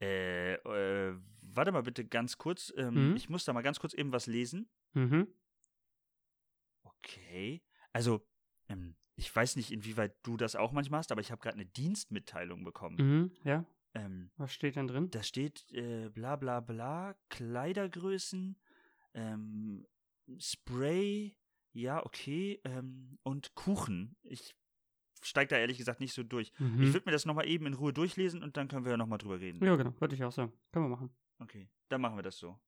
Äh, äh, warte mal bitte ganz kurz. Ähm, Mhm. Ich muss da mal ganz kurz eben was lesen. Mhm. Okay. Also, ähm, ich weiß nicht, inwieweit du das auch manchmal hast, aber ich habe gerade eine Dienstmitteilung bekommen. Mhm. Ja. Ähm, Was steht denn drin? da steht äh, bla bla bla, Kleidergrößen, ähm, Spray, ja, okay, ähm, und Kuchen. Ich steige da ehrlich gesagt nicht so durch. Ich Mhm. würde mir das nochmal eben in Ruhe durchlesen und dann können wir ja nochmal drüber reden. Ja, genau. Würde ich auch sagen. Können wir machen. Okay, dann machen wir das so.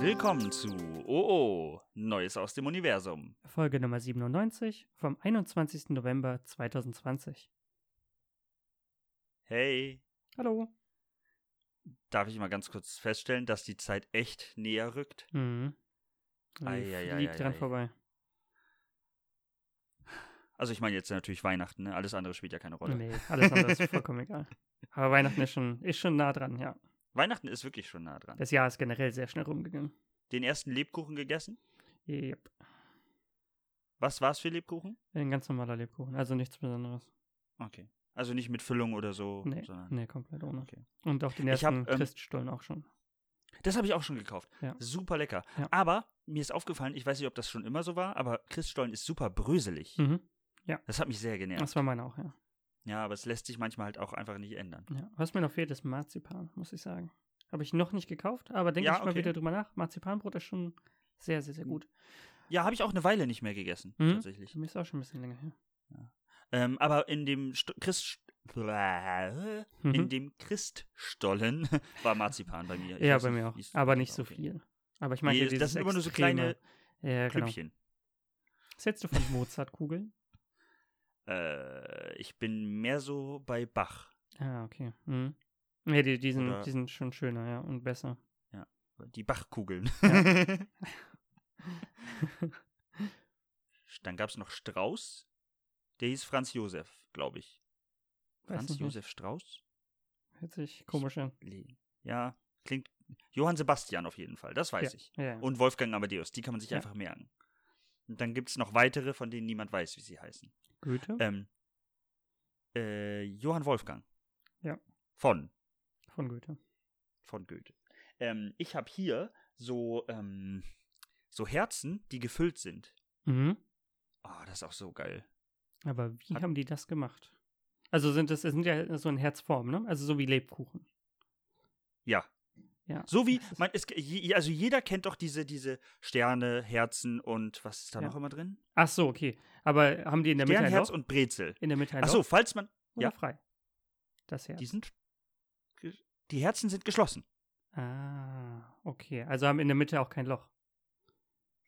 Willkommen zu OO, Neues aus dem Universum. Folge Nummer 97 vom 21. November 2020. Hey, Hallo. darf ich mal ganz kurz feststellen, dass die Zeit echt näher rückt? Mhm. Ei, ei, Ich ei, ei, liegt dran ei. vorbei. Also ich meine jetzt natürlich Weihnachten, ne? alles andere spielt ja keine Rolle. Nee, alles andere ist vollkommen egal. Aber Weihnachten ist schon, ist schon nah dran, ja. Weihnachten ist wirklich schon nah dran. Das Jahr ist generell sehr schnell rumgegangen. Den ersten Lebkuchen gegessen? Yep. Was war's für Lebkuchen? Ein ganz normaler Lebkuchen, also nichts Besonderes. Okay. Also nicht mit Füllung oder so, Nee, sondern nee komplett ohne. Okay. Und auch den Ich hab, ersten ähm, Christstollen auch schon. Das habe ich auch schon gekauft. Ja. Super lecker. Ja. Aber mir ist aufgefallen, ich weiß nicht, ob das schon immer so war, aber Christstollen ist super bröselig. Mhm. Das hat mich sehr genervt. Das war meine auch, ja. Ja, aber es lässt sich manchmal halt auch einfach nicht ändern. ja. Was mir noch fehlt, ist Marzipan, muss ich sagen. Habe ich noch nicht gekauft, aber denke Ja, ich mal okay. Hm, wieder drüber nach. Marzipanbrot ist schon sehr, sehr, sehr gut. Ja, habe ich auch eine Weile nicht mehr gegessen, Mhm. tatsächlich. Mir ist auch schon ein bisschen länger her. Ähm, aber in dem St Christ Blä- Mhm. in dem Christstollen war Marzipan bei mir. Ich ja, weiß bei nicht, mir auch. wie es- Aber nicht so okay. viel. Aber ich meine, Nee, dieses das sind immer nur so kleine extreme- ja, genau. Klüppchen. Was hältst du von Mozartkugeln? Äh, ich bin mehr so bei Bach. ah, okay. Mhm. Ja, die, die, sind, Oder- die sind schon schöner, ja, und besser. Die Bachkugeln. Dann gab es noch Strauß. Der hieß Franz Josef, glaube ich. Weiß Franz nicht mehr. Josef Strauß? Hört sich komisch an. Le- Ja, klingt. Johann Sebastian auf jeden Fall, das weiß ja. ich. Ja, ja. Und Wolfgang Amadeus, die kann man sich Ja. einfach merken. Und dann gibt es noch weitere, von denen niemand weiß, wie sie heißen. Goethe? Ähm, äh, Johann Wolfgang. Ja. Von Von Goethe. von Goethe. Ähm, ich habe hier so, ähm, so Herzen, die gefüllt sind. Mhm. Oh, das ist auch so geil. Aber wie Hat- haben die das gemacht? Also sind das, das sind ja so in Herzform, ne? Also so wie Lebkuchen. Ja. Ja. So wie, Das ist- man, es, je- also jeder kennt doch diese, diese Sterne, Herzen und was ist da Ja. noch immer drin? Ach so, okay. Aber haben die in der Mitte Stern, ein Herz Loch? und Brezel. In der Mitte ein Ach so, Loch falls man, oder ja. frei? Das Herz. die sind, ge- die Herzen sind geschlossen. Ah, okay. Also haben in der Mitte auch kein Loch.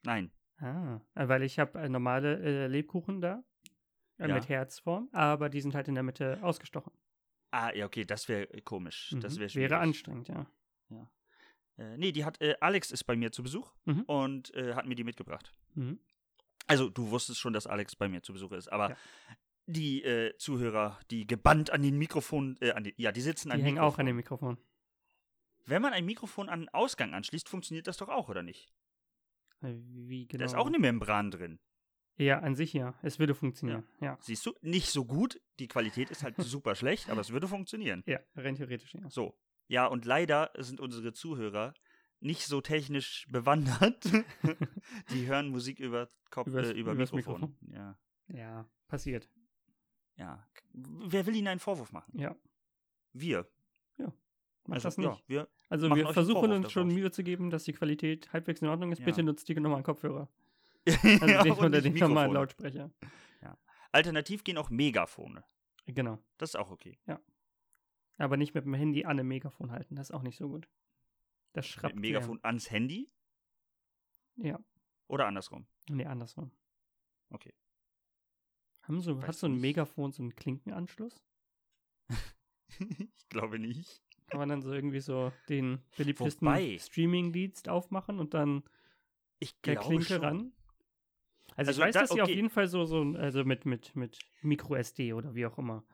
Nein. Ah, äh, weil ich habe äh, normale äh, Lebkuchen da äh, Ja. mit Herzform, aber die sind halt in der Mitte ausgestochen. Ah, ja, okay, das wäre komisch. Das Mhm. wär schwierig. wäre anstrengend, ja. Äh, nee, die hat, äh, Alex ist bei mir zu Besuch Mhm. und äh, hat mir die mitgebracht. Mhm. Also, du wusstest schon, dass Alex bei mir zu Besuch ist, aber Ja. die äh, Zuhörer, die gebannt an den Mikrofon, äh, an die, ja, die sitzen an Die hängen Mikrofon. auch an dem Mikrofon. Wenn man ein Mikrofon an einen Ausgang anschließt, funktioniert das doch auch, oder nicht? Äh, Wie genau? Da ist auch eine Membran drin. Ja, an sich ja. Es würde funktionieren. Ja, Siehst du, nicht so gut. Die Qualität ist halt super schlecht, aber es würde funktionieren. ja. rein theoretisch, ja. So. Ja, und leider sind unsere Zuhörer nicht so technisch bewandert. die hören Musik über, Kopf, Übers- äh, über übers Mikrofon. Ja. Ja, passiert. ja. Wer will ihnen einen Vorwurf machen? Ja, Wir. macht also, das nicht. Ja, wir, Also Machen euch wir einen versuchen Vorwurf uns schon daraus. Mühe zu geben, dass die Qualität halbwegs in Ordnung ist. Ja. Bitte nutzt die nochmal einen Kopfhörer. Ja, Also den und oder nicht den normalen Mikrofone. Lautsprecher. Alternativ gehen auch Megafone. Genau. Das ist auch okay. Aber nicht mit dem Handy an einem Megafon halten. Das ist auch nicht so gut. Das schrappt. Mit Megafon ans Handy Ja. oder andersrum. ja. Nee, andersrum. Okay. Haben so, Weiß hat so ein nicht. Megafon so einen Klinkenanschluss? ich glaube nicht. Kann man dann so irgendwie so den beliebtesten Wobei- Streaming-Dienst aufmachen und dann Ich der glaube Klinke schon. ran? Also, Also ich weiß, da- dass sie auf okay. jeden Fall so, so ein- also mit, mit, mit Micro SD oder wie auch immer.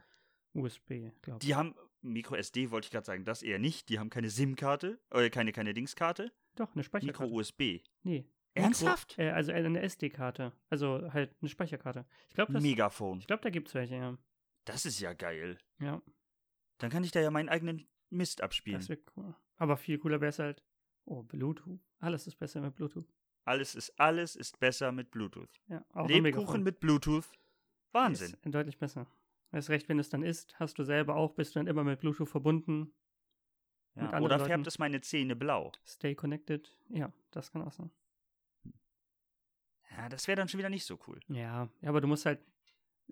USB, glaube ich. Die haben Micro SD wollte ich gerade sagen, das eher nicht. Die haben keine SIM-Karte, äh, keine keine Dingskarte, Doch, eine Micro Speicherkarte. USB. Nee, Ernsthaft? Mikro, äh, also eine SD-Karte. Also halt eine Speicherkarte. Ich glaube, das. Megafon. Ich glaube, da gibt es welche, ja. Das ist ja geil. Ja, Dann kann ich da ja meinen eigenen Mist abspielen. das wäre cool. Aber viel cooler wäre es halt. Oh, Bluetooth. Alles ist besser mit Bluetooth. Alles ist, alles ist besser mit Bluetooth. Ja, auch am Megafon. Lebkuchen mit Bluetooth. Wahnsinn. Ist deutlich besser. Du hast recht, wenn es dann ist, hast du selber auch, bist du dann immer mit Bluetooth verbunden. Ja. mit anderen Oder Leuten. färbt es meine Zähne blau? Stay connected. Ja, das kann auch sein. Ja, das wäre dann schon wieder nicht so cool. Ja, ja, aber du musst halt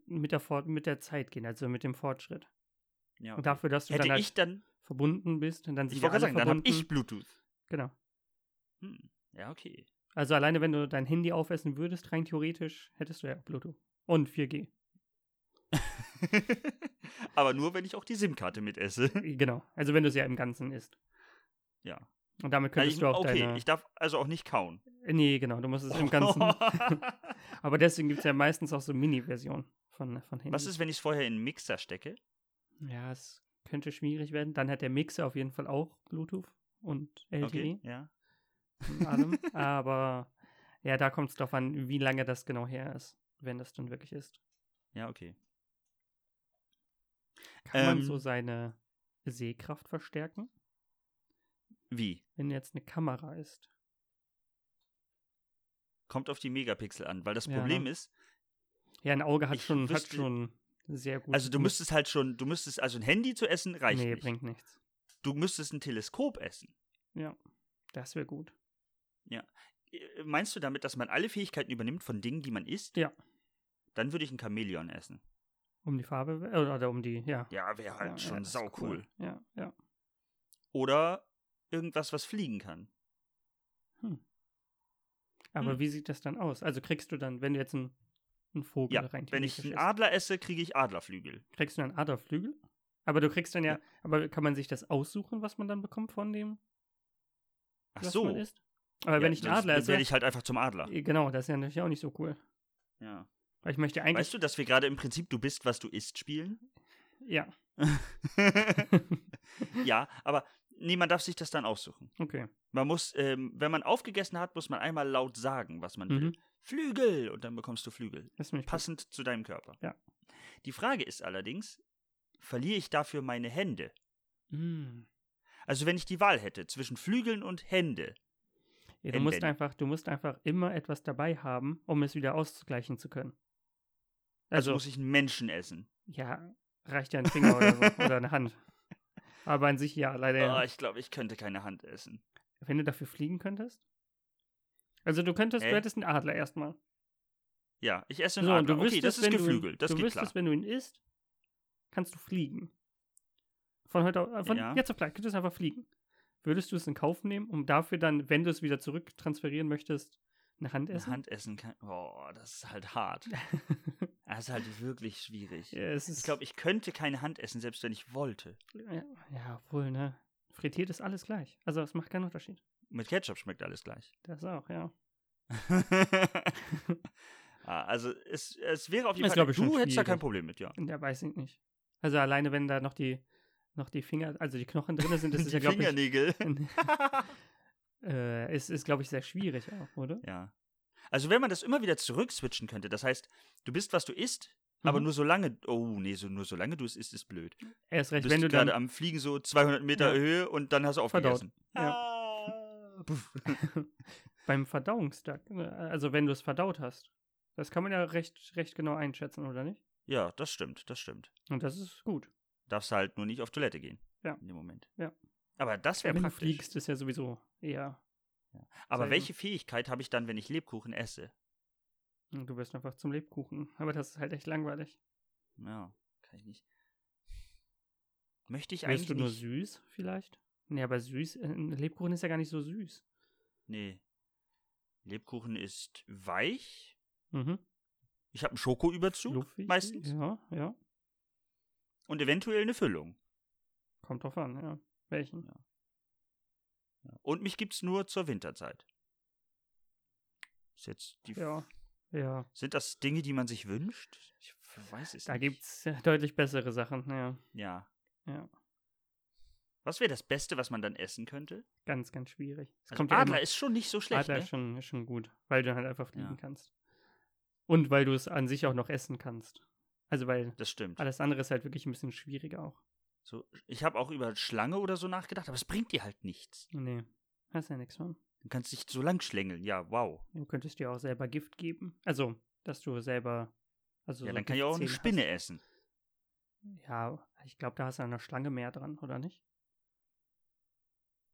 mit der, Fort mit der Zeit gehen, also mit dem Fortschritt. Ja. Und dafür, dass du Hätte dann halt ich dann, verbunden bist und dann sind ich wollte wir alle sagen, dann habe verbunden. ich Bluetooth. Genau. Hm. Ja, okay. Also alleine, wenn du dein Handy aufessen würdest, rein theoretisch, hättest du ja auch Bluetooth. Und 4G. Aber nur, wenn ich auch die SIM-Karte mitesse. genau. Also wenn du es ja im Ganzen isst. Ja. Und damit Also könntest ich, du auch okay, deine. ich darf also auch nicht kauen. nee, genau, du musst es im Ganzen. aber deswegen gibt es ja meistens auch so Mini-Versionen von, von Handys. Was ist, wenn ich es vorher in einen Mixer stecke? Ja, es könnte schwierig werden. Dann hat der Mixer auf jeden Fall auch Bluetooth und LTE Okay, ja. und allem. Aber ja, da kommt es drauf an, wie lange das genau her ist, wenn das dann wirklich ist. Ja, okay. Kann man Ähm. so seine Sehkraft verstärken, Wie? wenn jetzt eine Kamera ist? Kommt auf die Megapixel an, weil das Ja. Problem ist, Ja, ein Auge hat Ich schon, hat wüsste- schon sehr gut. also du müsstest halt schon, du müsstest, also ein Handy zu essen reicht Nee, nicht. bringt nichts. Du müsstest ein Teleskop essen. Das wäre gut. Äh, Meinst du damit, dass man alle Fähigkeiten übernimmt von Dingen, die man isst? Ja. Dann würde ich ein Chamäleon essen. Um die Farbe äh, oder um die, ja. Ja, wäre halt Ja, schon ja, das ist sau cool. Ja, ja. Oder irgendwas, was fliegen kann. Aber Hm. wie sieht das dann aus? Also kriegst du dann, wenn du jetzt einen einen Vogel Ja, rein Wenn ich theoretisch einen isst, Adler esse, kriege ich Adlerflügel. kriegst du dann Adlerflügel? Aber du kriegst dann ja, Ja. aber kann man sich das aussuchen, was man dann bekommt von dem, Ach was so. man isst? Aber Ja, wenn ich einen sonst Adler esse, werde ich halt einfach zum Adler. äh, genau, das ist ja natürlich auch nicht so cool. Ja. Weil ich möchte eigentlich, Weißt du, dass wir gerade im Prinzip Du bist, was du isst spielen? ja, ja, aber nee, man darf sich das dann aussuchen. okay. Man muss, ähm, wenn man aufgegessen hat, muss man einmal laut sagen, was man will. Mhm. Flügel! Und dann bekommst du Flügel. Das finde ich gut. Passend zu deinem Körper. Ja. Die Frage ist allerdings, verliere ich dafür meine Hände? Mm. Also wenn ich die Wahl hätte zwischen Flügeln und Hände. Ja, du Wenn, musst wenn. einfach, du musst einfach immer etwas dabei haben, um es wieder ausgleichen zu können. Also, Also, muss ich einen Menschen essen. ja, reicht ja ein Finger oder so oder eine Hand. Aber an sich ja, leider. ja. Oh, ich glaube, ich könnte keine Hand essen. Wenn du dafür fliegen könntest? Also du könntest, Hä? du hättest einen Adler erstmal. Ja, ich esse So, einen und Adler. du okay, wüsstest, das ist wenn Geflügel. Du, das du geht wüsstest, klar. wenn du ihn isst, kannst du fliegen. Von heute auf, von Ja. jetzt auf gleich, könntest du einfach fliegen. Würdest du es in Kauf nehmen, um dafür dann, wenn du es wieder zurück transferieren möchtest, eine Hand Eine essen? Hand essen kann. Oh, das ist halt hart. Das ist halt wirklich schwierig. ja, es ist, Ich glaube, ich könnte keine Hand essen, selbst wenn ich wollte. ja, ja, obwohl, ne? Frittiert ist alles gleich. Also es macht keinen Unterschied. Mit Ketchup schmeckt alles gleich. Das auch, ja. ah, also es, es wäre auf jeden Ist, Fall. glaub ich, du schon hättest da kein schwierig. Problem mit, ja. Und der weiß ich nicht. Also alleine, wenn da noch die, noch die Finger, also die Knochen drin sind, das ist Die ja, glaube ich, Fingernägel. äh, ist, ist glaube ich, sehr schwierig auch, oder? ja. Also wenn man das immer wieder zurückswitchen könnte, das heißt, du bist, was du isst, aber Mhm. nur solange. Oh, nee, so, nur solange du es isst, ist blöd. Erst recht, bist wenn du gerade dann, am Fliegen so 200 Meter Ja. Höhe und dann hast du Verdaut. aufgegessen. Ja. Ah, puff. beim Verdauungstag, ne, also wenn du es verdaut hast, das kann man ja recht, recht genau einschätzen, oder nicht? ja, das stimmt, das stimmt. Und das ist gut. Darfst halt nur nicht auf Toilette gehen. Ja. In dem Moment. Ja. Aber das wäre wenn du praktisch. fliegst, ist ja sowieso eher, Aber selten. welche Fähigkeit habe ich dann, wenn ich Lebkuchen esse? du wirst einfach zum Lebkuchen. Aber das ist halt echt langweilig. Ja, kann ich nicht. Möchte ich Wirst du nur eigentlich nicht. süß vielleicht? Nee, aber süß, äh, ein Lebkuchen ist ja gar nicht so süß. Nee. Lebkuchen ist weich. Mhm. Ich habe einen Schokoüberzug Fluffig. meistens Ja, ja. und eventuell eine Füllung. Kommt drauf an, ja. Welchen? Und mich gibt's nur zur Winterzeit. Ist jetzt die Ja. Ja. Sind das Dinge, die man sich wünscht? Ich weiß es Da nicht. gibt's äh, deutlich bessere Sachen, ja. Ja. Ja. Was wäre das Beste, was man dann essen könnte? Ganz, ganz schwierig. Es Also kommt ja Adler immer- ist schon nicht so schlecht. Adler ne? ist schon, ist schon gut, weil du halt einfach fliegen Ja. kannst. Und weil du es an sich auch noch essen kannst. Also weil Das stimmt. alles andere ist halt wirklich ein bisschen schwieriger auch. So, ich habe auch über Schlange oder so nachgedacht, aber es bringt dir halt nichts. Nee, hast ja nichts von. Du kannst dich so lang schlängeln. Ja, wow. Du könntest dir auch selber Gift geben. Also, dass du selber. Also ja, so dann kann ich auch eine Giftzähne Spinne essen. Hast. Ja, ich glaube, da hast du an der Schlange mehr dran, oder nicht?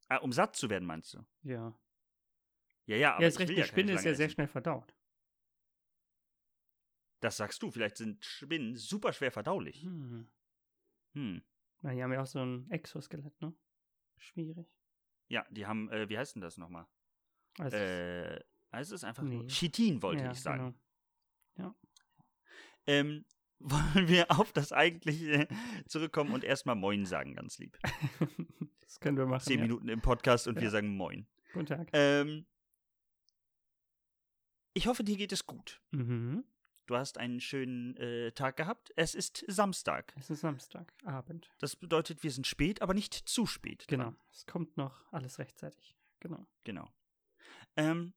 Ah, um satt zu werden, meinst du? Ja. Ja, ja, aber ja, ist ich recht, will die ja keine Spinne ist Schlange ja sehr essen. schnell verdaut. Das sagst du. Vielleicht sind Spinnen super schwer verdaulich. Hm. Hm. Na, die haben ja auch so ein Exoskelett, ne? Schwierig. Ja, die haben, äh, wie heißt denn das nochmal? Also, Äh, es ist einfach nur Nee. Chitin, wollte ja, ich sagen. genau. Ähm, wollen wir auf das eigentliche zurückkommen und erstmal Moin sagen, ganz lieb. das können wir machen. Zehn ja. Minuten im Podcast und Ja. wir sagen Moin. Guten Tag. Ähm, ich hoffe, dir geht es gut. Mhm. Du hast einen schönen äh, Tag gehabt. Es ist Samstag. Es ist Samstagabend. Das bedeutet, wir sind spät, aber nicht zu spät. dran. Genau. Es kommt noch alles rechtzeitig. Genau. Genau. Ähm,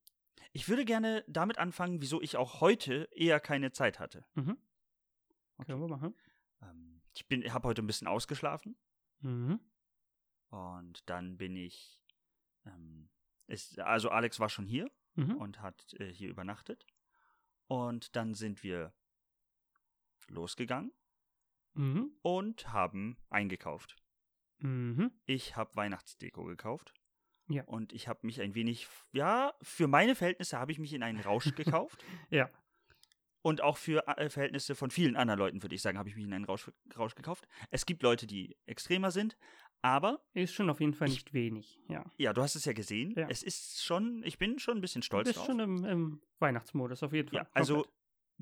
ich würde gerne damit anfangen, wieso ich auch heute eher keine Zeit hatte. Mhm. Okay. Können wir machen. Ähm, ich bin, habe heute ein bisschen ausgeschlafen. Mhm. Und dann bin ich. Ähm, ist, also Alex war schon hier Mhm. und hat äh, hier übernachtet. Und dann sind wir losgegangen Mhm. und haben eingekauft. Mhm. Ich habe Weihnachtsdeko gekauft. Ja. Und ich habe mich ein wenig, ja, für meine Verhältnisse habe ich mich in einen Rausch gekauft. Ja. Und auch für äh, Verhältnisse von vielen anderen Leuten, würde ich sagen, habe ich mich in einen Rausch, Rausch gekauft. Es gibt Leute, die extremer sind, aber Ist schon auf jeden Fall Ich- nicht wenig. Ja. Ja, du hast es ja gesehen. Ja. Es ist schon, ich bin schon ein bisschen stolz du bist drauf. schon im, im Weihnachtsmodus, auf jeden Fall. ja, also Komplett.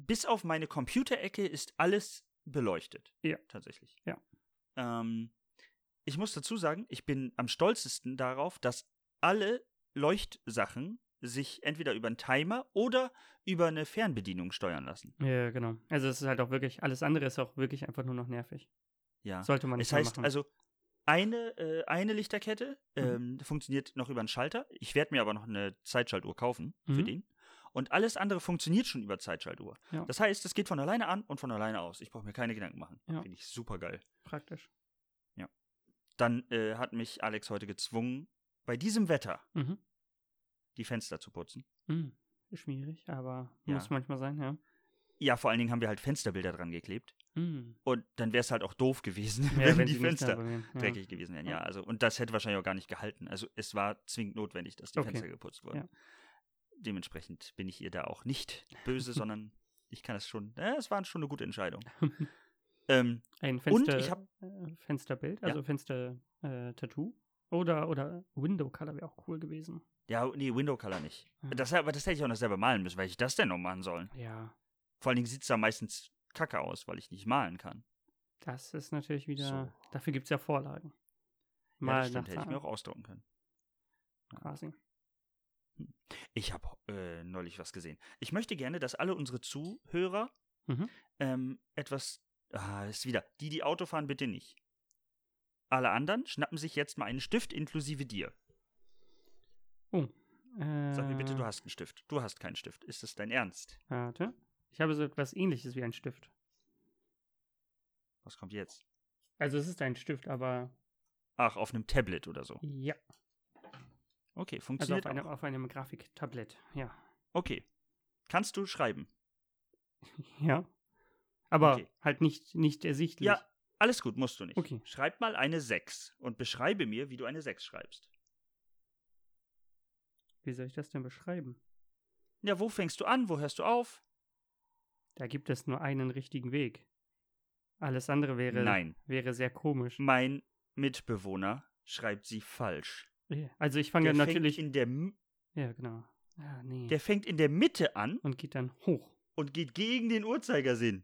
bis auf meine Computerecke ist alles beleuchtet. Ja. Tatsächlich. Ja. Ähm, ich muss dazu sagen, ich bin am stolzesten darauf, dass alle Leuchtsachen sich entweder über einen Timer oder über eine Fernbedienung steuern lassen. Ja, genau. Also es ist halt auch wirklich, alles andere ist auch wirklich einfach nur noch nervig. Ja. Sollte man nicht es heißt mehr machen. Mhm. also, eine, äh, eine Lichterkette ähm, funktioniert noch über einen Schalter. Ich werde mir aber noch eine Zeitschaltuhr kaufen für Mhm. den. Und alles andere funktioniert schon über Zeitschaltuhr. Ja. Das heißt, es geht von alleine an und von alleine aus. Ich brauche mir keine Gedanken machen. Ja. Finde ich super geil. praktisch. Dann äh, hat mich Alex heute gezwungen, bei diesem Wetter Mhm. die Fenster zu putzen. Mhm. Ist Schwierig, aber Ja. muss manchmal sein, ja. Ja, vor allen Dingen haben wir halt Fensterbilder dran geklebt. Mhm. Und dann wäre es halt auch doof gewesen, Ja, wenn, wenn die sie nicht Fenster dabei wären, ja. dreckig gewesen wären. Ja, Ja. also, und das hätte wahrscheinlich auch gar nicht gehalten. Also, es war zwingend notwendig, dass die Okay. Fenster geputzt wurden. Ja. Dementsprechend bin ich ihr da auch nicht böse, sondern ich kann es schon, äh, es war schon eine gute Entscheidung. ähm, Ein und Fenster, ich habe, äh, Fensterbild, Ja. also Fenster-Tattoo. oder, oder Window-Color wäre auch cool gewesen. ja, nee, Window Color nicht. Ja. Das, aber das hätte ich auch noch selber malen müssen, weil ich das denn noch malen sollen. Ja, Vor allen Dingen sieht es da meistens kacke aus, weil ich nicht malen kann. das ist natürlich wieder, So. dafür gibt es ja Vorlagen. ja, Mal das stimmt, nach hätte ich mir Zahlen, auch ausdrucken können. quasi. Ich habe äh, neulich was gesehen. Ich möchte gerne, dass alle unsere Zuhörer Mhm. ähm, etwas. Ah, ist wieder. Die, die Auto fahren, bitte nicht. Alle anderen schnappen sich jetzt mal einen Stift inklusive dir. Sag mir bitte, Äh, du hast einen Stift. Du hast keinen Stift. Ist das dein Ernst? Warte. Ich habe so etwas ähnliches wie ein Stift. Was kommt jetzt? Also es ist ein Stift, aber Ach, auf einem Tablet oder so. ja. Okay, Also auf funktioniert. einem, auch. auf einem Grafiktablett, ja. Okay. Kannst du schreiben? Ja. Aber Okay. halt nicht, nicht ersichtlich. Ja. Alles gut, musst du nicht. Okay. Schreib mal eine 6 und beschreibe mir, wie du eine 6 schreibst. Wie soll ich das denn beschreiben? Ja, wo fängst du an? Wo hörst du auf? Da gibt es nur einen richtigen Weg. Alles andere wäre, Nein. wäre sehr komisch. Mein Mitbewohner schreibt sie falsch. Also ich fange der natürlich. Fängt in der, M- Ja, genau. Ja, nee. der fängt in der Mitte an Und geht dann hoch. und geht gegen den Uhrzeigersinn.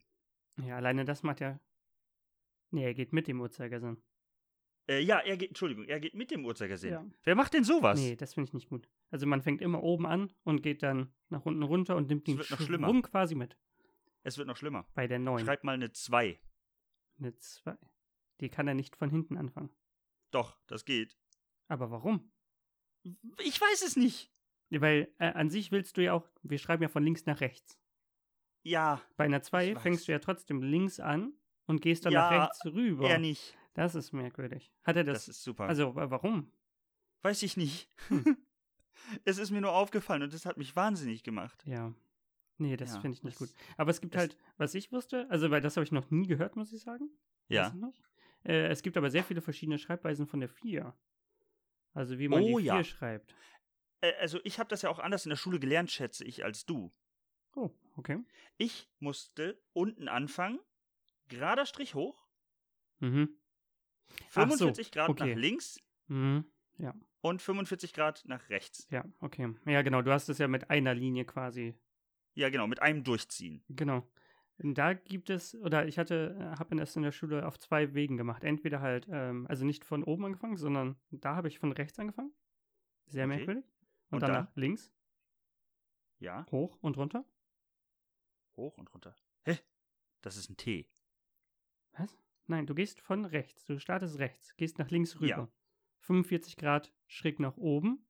Ja, alleine das macht ja. Nee, er geht mit dem Uhrzeigersinn. Äh, ja, er geht, Entschuldigung, er geht mit dem Uhrzeigersinn. Ja. Wer macht denn sowas? Nee, das finde ich nicht gut. Also man fängt immer oben an und geht dann nach unten runter und nimmt Es den wird noch schlimmer. Schwung quasi mit. Es wird noch schlimmer. Bei der neuen. Schreib mal eine 2. Eine 2. Die kann er nicht von hinten anfangen. Doch, das geht. Aber warum? Ich weiß es nicht. Weil äh, an sich willst du ja auch, wir schreiben ja von links nach rechts. Ja, Bei einer 2 Ich weiß. fängst du ja trotzdem links an und gehst dann Ja, nach rechts rüber. eher nicht. Das ist merkwürdig. Hat er Das, das? ist super. also, wa- warum? weiß ich nicht. es ist mir nur aufgefallen und das hat mich wahnsinnig gemacht. Ja. Nee, das Ja, finde ich nicht das- gut. Aber es gibt das- halt, was ich wusste, also, weil das habe ich noch nie gehört, muss ich sagen. Weiß Ja. ich nicht. Äh, es gibt aber sehr viele verschiedene Schreibweisen von der 4. Also, wie man Oh, die 4 ja. schreibt. Äh, Also ich habe das ja auch anders in der Schule gelernt, schätze ich, als du. Oh, okay. Ich musste unten anfangen, gerader Strich hoch, Mhm. Ach so, 45 Grad okay. nach links Mhm. und 45 Grad nach rechts. Ja, okay. Ja, genau. Du hast es ja mit einer Linie quasi Ja, genau, mit einem durchziehen. Genau. Und Da gibt es, oder ich hatte, äh, habe das in der Schule auf zwei Wegen gemacht. Entweder halt, ähm, also nicht von oben angefangen, sondern da habe ich von rechts angefangen. Sehr Okay. merkwürdig. Und, Und dann, dann? nach links, Ja, hoch und runter. hoch und runter. Hä? Das ist ein T. Nein, du gehst von rechts. Du startest rechts, gehst nach links rüber. Ja. 45 Grad schräg nach oben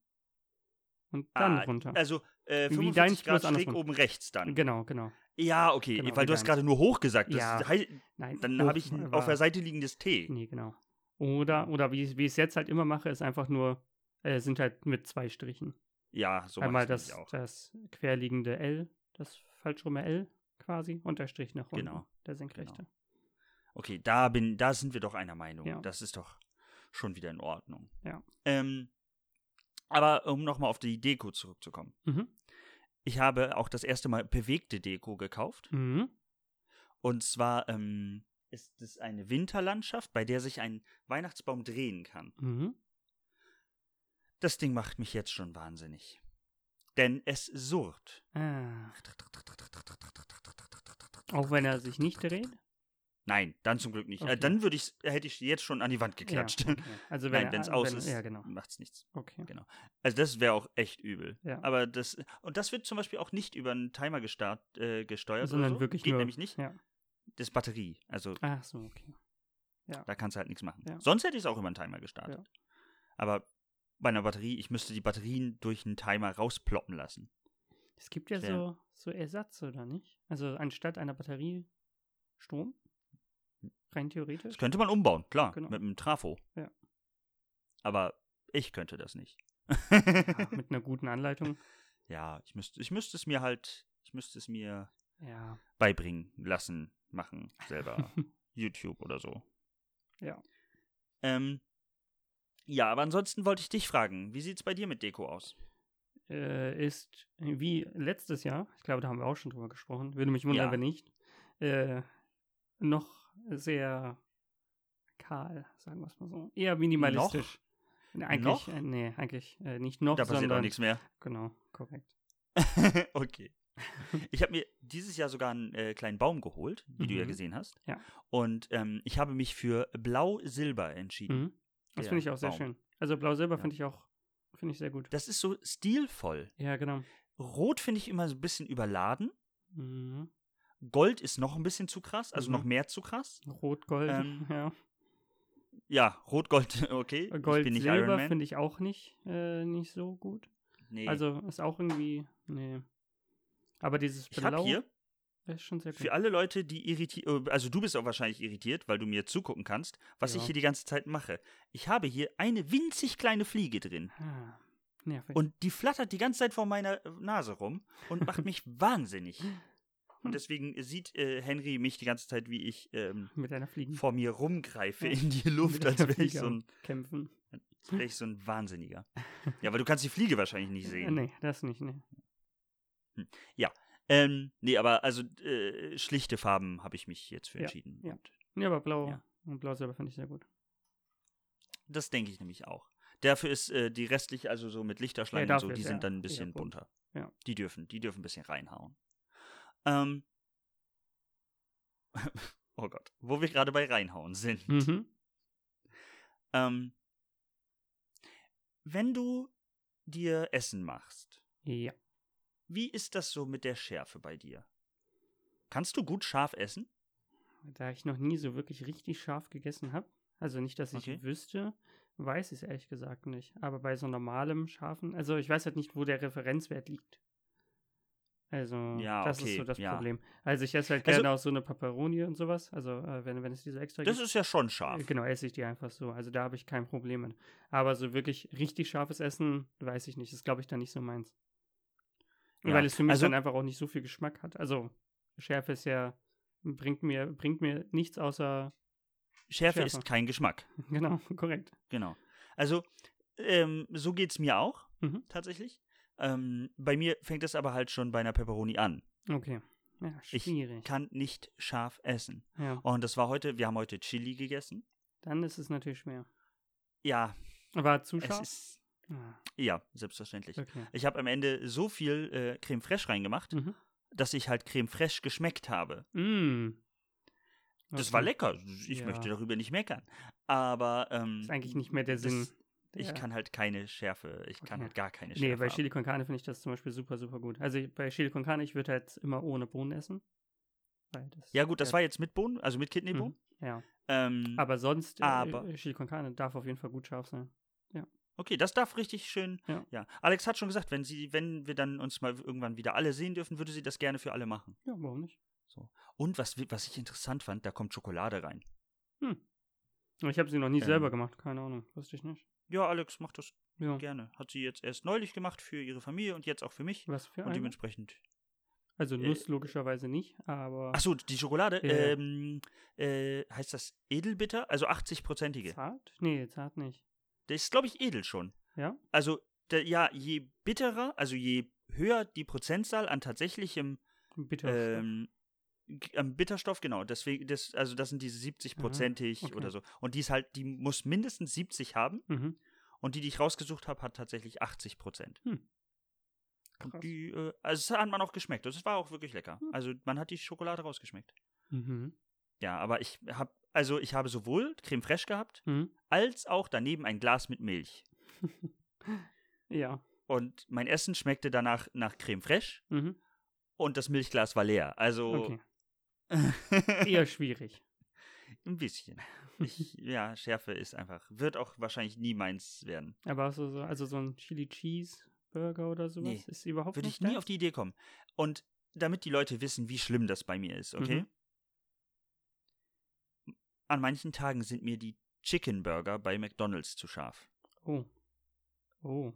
und dann Ah, runter. Also äh, Wie deins 45 Grad bloß schräg andersrum. oben rechts dann. genau, genau. Ja, okay, Genau, weil wie du hast deins. gerade nur hoch gesagt. Das Ja. hei- Nein, dann hoch habe ich ein war- auf der Seite liegendes T. Nee, genau. Oder, oder wie, ich- wie ich es jetzt halt immer mache, ist einfach nur, äh, sind halt mit zwei Strichen. Ja, so Einmal das das, das querliegende L, das falsch rumme L quasi und der Strich nach unten, Genau. der senkrechte. Okay, da bin, da sind wir doch einer Meinung. Ja. Das ist doch schon wieder in Ordnung. Ja. Ähm, aber um nochmal auf die Deko zurückzukommen. Mhm. Ich habe auch das erste Mal bewegte Deko gekauft. Mhm. Und zwar ähm, ist es eine Winterlandschaft, bei der sich ein Weihnachtsbaum drehen kann. Mhm. Das Ding macht mich jetzt schon wahnsinnig. Denn es surrt. Ah. Auch wenn er sich nicht dreht? Nein, dann zum Glück nicht. Okay. Äh, dann würde ich, hätte ich jetzt schon an die Wand geklatscht. Ja, okay. Also wenn Nein, er wenn es an- aus wenn- ist, Ja, genau. macht's nichts. Okay. Also das wäre auch echt übel. Ja. Aber das und das wird zum Beispiel auch nicht über einen Timer gestart, äh, gesteuert, Also Sondern oder so. wirklich geht nur. nämlich nicht. Ja. Das ist Batterie, also Ach so, okay. da kannst du halt nichts machen. Ja. Sonst hätte ich es auch über einen Timer gestartet. Ja. Aber bei einer Batterie, ich müsste die Batterien durch einen Timer rausploppen lassen. Es gibt ja Tja. so, so Ersatz, oder nicht? Also anstatt einer Batterie Strom? Rein theoretisch? Das könnte man umbauen, klar, Genau. mit einem Trafo. Ja. Aber ich könnte das nicht. Ja, Ah, mit einer guten Anleitung. ja, ich müsste, ich müsste es mir halt, ich müsste es mir Ja. beibringen lassen, machen, selber. YouTube oder so. Ja. Ähm, ja, aber ansonsten wollte ich dich fragen, wie sieht's bei dir mit Deko aus? äh, ist wie letztes Jahr, ich glaube, da haben wir auch schon drüber gesprochen, würde mich wundern, Ja. wenn nicht, äh, noch sehr kahl, sagen wir es mal so. Eher minimalistisch. Noch? Eigentlich, Noch? Äh, nee, eigentlich äh, nicht noch, da passiert sondern, auch nichts mehr. Genau, korrekt. okay. Ich habe mir dieses Jahr sogar einen äh, kleinen Baum geholt, wie du ja Mhm. gesehen hast. Ja. Und ähm, ich habe mich für Blau-Silber entschieden. Mhm. Das Ja, finde ich auch sehr Baum. schön. Also blau-silber Ja. finde ich auch, finde ich sehr gut. Das ist so stilvoll. Ja, genau. Rot finde ich immer so ein bisschen überladen. Mhm. Gold ist noch ein bisschen zu krass, also Mhm. noch mehr zu krass. Rot-Gold, Ähm, ja. Ja, Rot-Gold, okay. ich bin nicht Iron Gold-Silber Man. finde ich auch nicht, äh, nicht so gut. Nee. Also ist auch irgendwie, nee. Aber dieses ich habe Blau hier ist schon sehr gut. Für alle Leute, die irritiert, also du bist auch wahrscheinlich irritiert, weil du mir zugucken kannst, was ich Ja. hier die ganze Zeit mache. Ich habe hier eine winzig kleine Fliege drin Ah, nervig. und die flattert die ganze Zeit vor meiner äh, Nase rum und macht mich wahnsinnig. Hm. Und deswegen sieht äh, Henry mich die ganze Zeit, wie ich ähm, mit einer Fliegen vor mir rumgreife Hm. Ja. in die Luft, Mit einer als wäre ich, Fliege so ein- kämpfen. als wär ich so ein Wahnsinniger. Ja, aber du kannst die Fliege wahrscheinlich nicht Äh, sehen. nee, das nicht, nee. Ähm, nee, aber also äh, schlichte Farben habe ich mich jetzt für Ja, entschieden. ja. Nee, aber blau Ja. und blau selber finde ich sehr gut. Das denke ich nämlich auch. Dafür ist äh, die restliche, also so mit Lichterschlangen Ja, und so, dafür die ist ja sind dann eher ein bisschen bunt. bunter. Ja. Die dürfen, die dürfen ein bisschen reinhauen. Ähm. oh Gott, wo wir gerade bei reinhauen sind. Mhm. Ähm, wenn du dir Essen machst, Ja. wie ist das so mit der Schärfe bei dir? Kannst du gut scharf essen? Da ich noch nie so wirklich richtig scharf gegessen habe, also nicht, dass ich Okay. wüsste, weiß ich es ehrlich gesagt nicht. Aber bei so normalem Schafen, also ich weiß halt nicht, wo der Referenzwert liegt. Also, Ja, das okay, ist so das ja. Problem. Also, ich esse halt Also- gerne auch so eine Paperoni und sowas. Also, äh, wenn, wenn es diese extra Das gibt. ist ja schon äh, scharf. Genau, esse ich die einfach so. Also, da habe ich kein Problem mit. Aber so wirklich richtig scharfes Essen, weiß ich nicht. Ist, glaube ich, dann nicht so meins. Ja, Weil es für mich also- dann einfach auch nicht so viel Geschmack hat. Also, Schärfe ist ja, bringt mir, bringt mir nichts außer, Schärfe Schärfer. ist kein Geschmack. genau, korrekt. Genau. Also, ähm, so geht's mir auch, Mhm. tatsächlich. Ähm, bei mir fängt es aber halt schon bei einer Pepperoni an. Okay. Ja, Ich schwierig. Kann nicht scharf essen. Ja, Und das war heute, wir haben heute Chili gegessen. dann ist es natürlich schwer. Ja, Aber zu es scharf? ist. Ah, Ja, selbstverständlich. okay. Ich habe am Ende so viel äh, Creme Fraiche reingemacht, Mhm. dass ich halt Creme Fraiche geschmeckt habe. Mm. Das Okay. war lecker. Ich Ja. möchte darüber nicht meckern. Aber. Ähm, Ist eigentlich nicht mehr der das- Sinn. Ich Ja. kann halt keine Schärfe. Ich kann Okay. halt gar keine Schärfe. Nee, bei haben. Chili con Carne finde ich das zum Beispiel super, super gut. Also ich- bei Chili con Carne, ich würde halt immer ohne Bohnen essen. Weil das Ja, gut, das ja. war jetzt mit Bohnen, also mit Kidneybohnen. Mhm. Ja, Ähm, aber sonst, äh, Aber- äh, Chili con Carne darf auf jeden Fall gut scharf sein. okay, das darf richtig schön. Ja. Ja. Alex hat schon gesagt, wenn sie, wenn wir dann uns mal irgendwann wieder alle sehen dürfen, würde sie das gerne für alle machen. Ja, warum nicht? Und was, wir- was ich interessant fand, da kommt Schokolade rein. Aber Ich habe sie noch nie Ähm. selber gemacht, keine Ahnung, wusste ich nicht. Ja, Alex macht das Ja, gerne. Hat sie jetzt erst neulich gemacht für ihre Familie und jetzt auch für mich. was für Und eine? dementsprechend. Also äh, Nuss logischerweise nicht, aber Achso, die Schokolade, Ja, ja. ähm, äh, heißt das Edelbitter? Also 80-prozentige. zart? Nee, zart nicht. Das ist, glaube ich, edel schon. Ja? Also, da, ja, je bitterer, also je höher die Prozentzahl an tatsächlichem Bitter. ähm, g- am Bitterstoff, genau. Deswegen, das, also das sind diese 70-prozentig Aha, Mhm. okay. oder so. Und die ist halt, die muss mindestens 70 haben mhm. und die, die ich rausgesucht habe, hat tatsächlich 80 Prozent. Hm. Und Krass. die, äh, also das hat man auch geschmeckt. Das war auch wirklich lecker. Hm. Also man hat die Schokolade rausgeschmeckt. Mhm. Ja, aber ich habe, also ich habe sowohl Creme Fraiche gehabt, Mhm. als auch daneben ein Glas mit Milch. Ja. Und mein Essen schmeckte danach nach Creme Fraiche Mhm. und das Milchglas war leer. Also Okay. Eher schwierig. Ein bisschen. Ich, ja, Schärfe ist einfach. Wird auch wahrscheinlich nie meins werden. Aber so, so, also so ein Chili Cheese Burger oder sowas Nee, ist überhaupt Würde nicht ich nie dein? auf die Idee kommen. Und damit die Leute wissen, wie schlimm das bei mir ist, Mhm. okay? An manchen Tagen sind mir die Chicken Burger bei McDonalds zu scharf. Oh. Oh,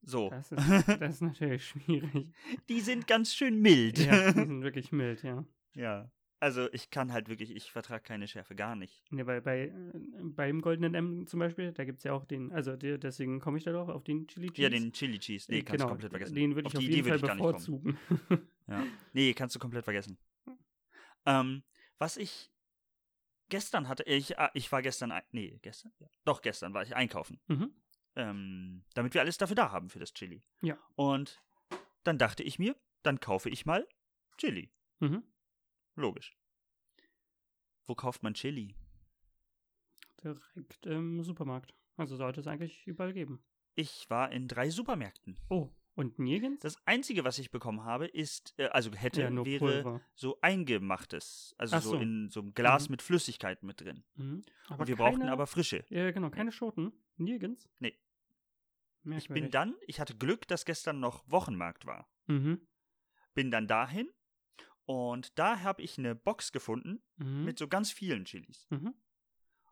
So. das ist, das ist natürlich schwierig. die sind ganz schön mild. Ja, die sind wirklich mild, ja. ja. Also ich kann halt wirklich, ich vertrage keine Schärfe gar nicht. Ne, bei, bei, äh, beim Goldenen M zum Beispiel, da gibt es ja auch den, also der, deswegen komme ich da doch auf den Chili Cheese. Ja, den Chili Cheese. Nee, Äh, kannst du komplett vergessen. Den würde ich auf, die jeden Idee würde Fall ich gar nicht kommen. bevorzugen. Ja. Nee, kannst du komplett vergessen. Ähm, was ich gestern hatte, ich, ah, ich war gestern, ein- nee, gestern? Ja. Doch, gestern war ich einkaufen. mhm. Ähm, damit wir alles dafür da haben für das Chili. Ja. Und dann dachte ich mir, dann kaufe ich mal Chili. Mhm. Logisch. Wo kauft man Chili? Direkt im Supermarkt. Also sollte es eigentlich überall geben. Ich war in drei Supermärkten. Oh, und nirgends? Das Einzige, was ich bekommen habe, ist, äh, also hätte, ja, nur wäre Pulver. so eingemachtes. Also Ach so. so. in so einem Glas Mhm. mit Flüssigkeit mit drin. Mhm. Aber Und wir keine, brauchten aber frische. Ja, genau, keine Schoten. Nirgends. Nee. Ich bin Merkwürdig. dann, ich hatte Glück, dass gestern noch Wochenmarkt war. Mhm. Bin dann dahin und da habe ich eine Box gefunden Mhm. mit so ganz vielen Chilis. Mhm.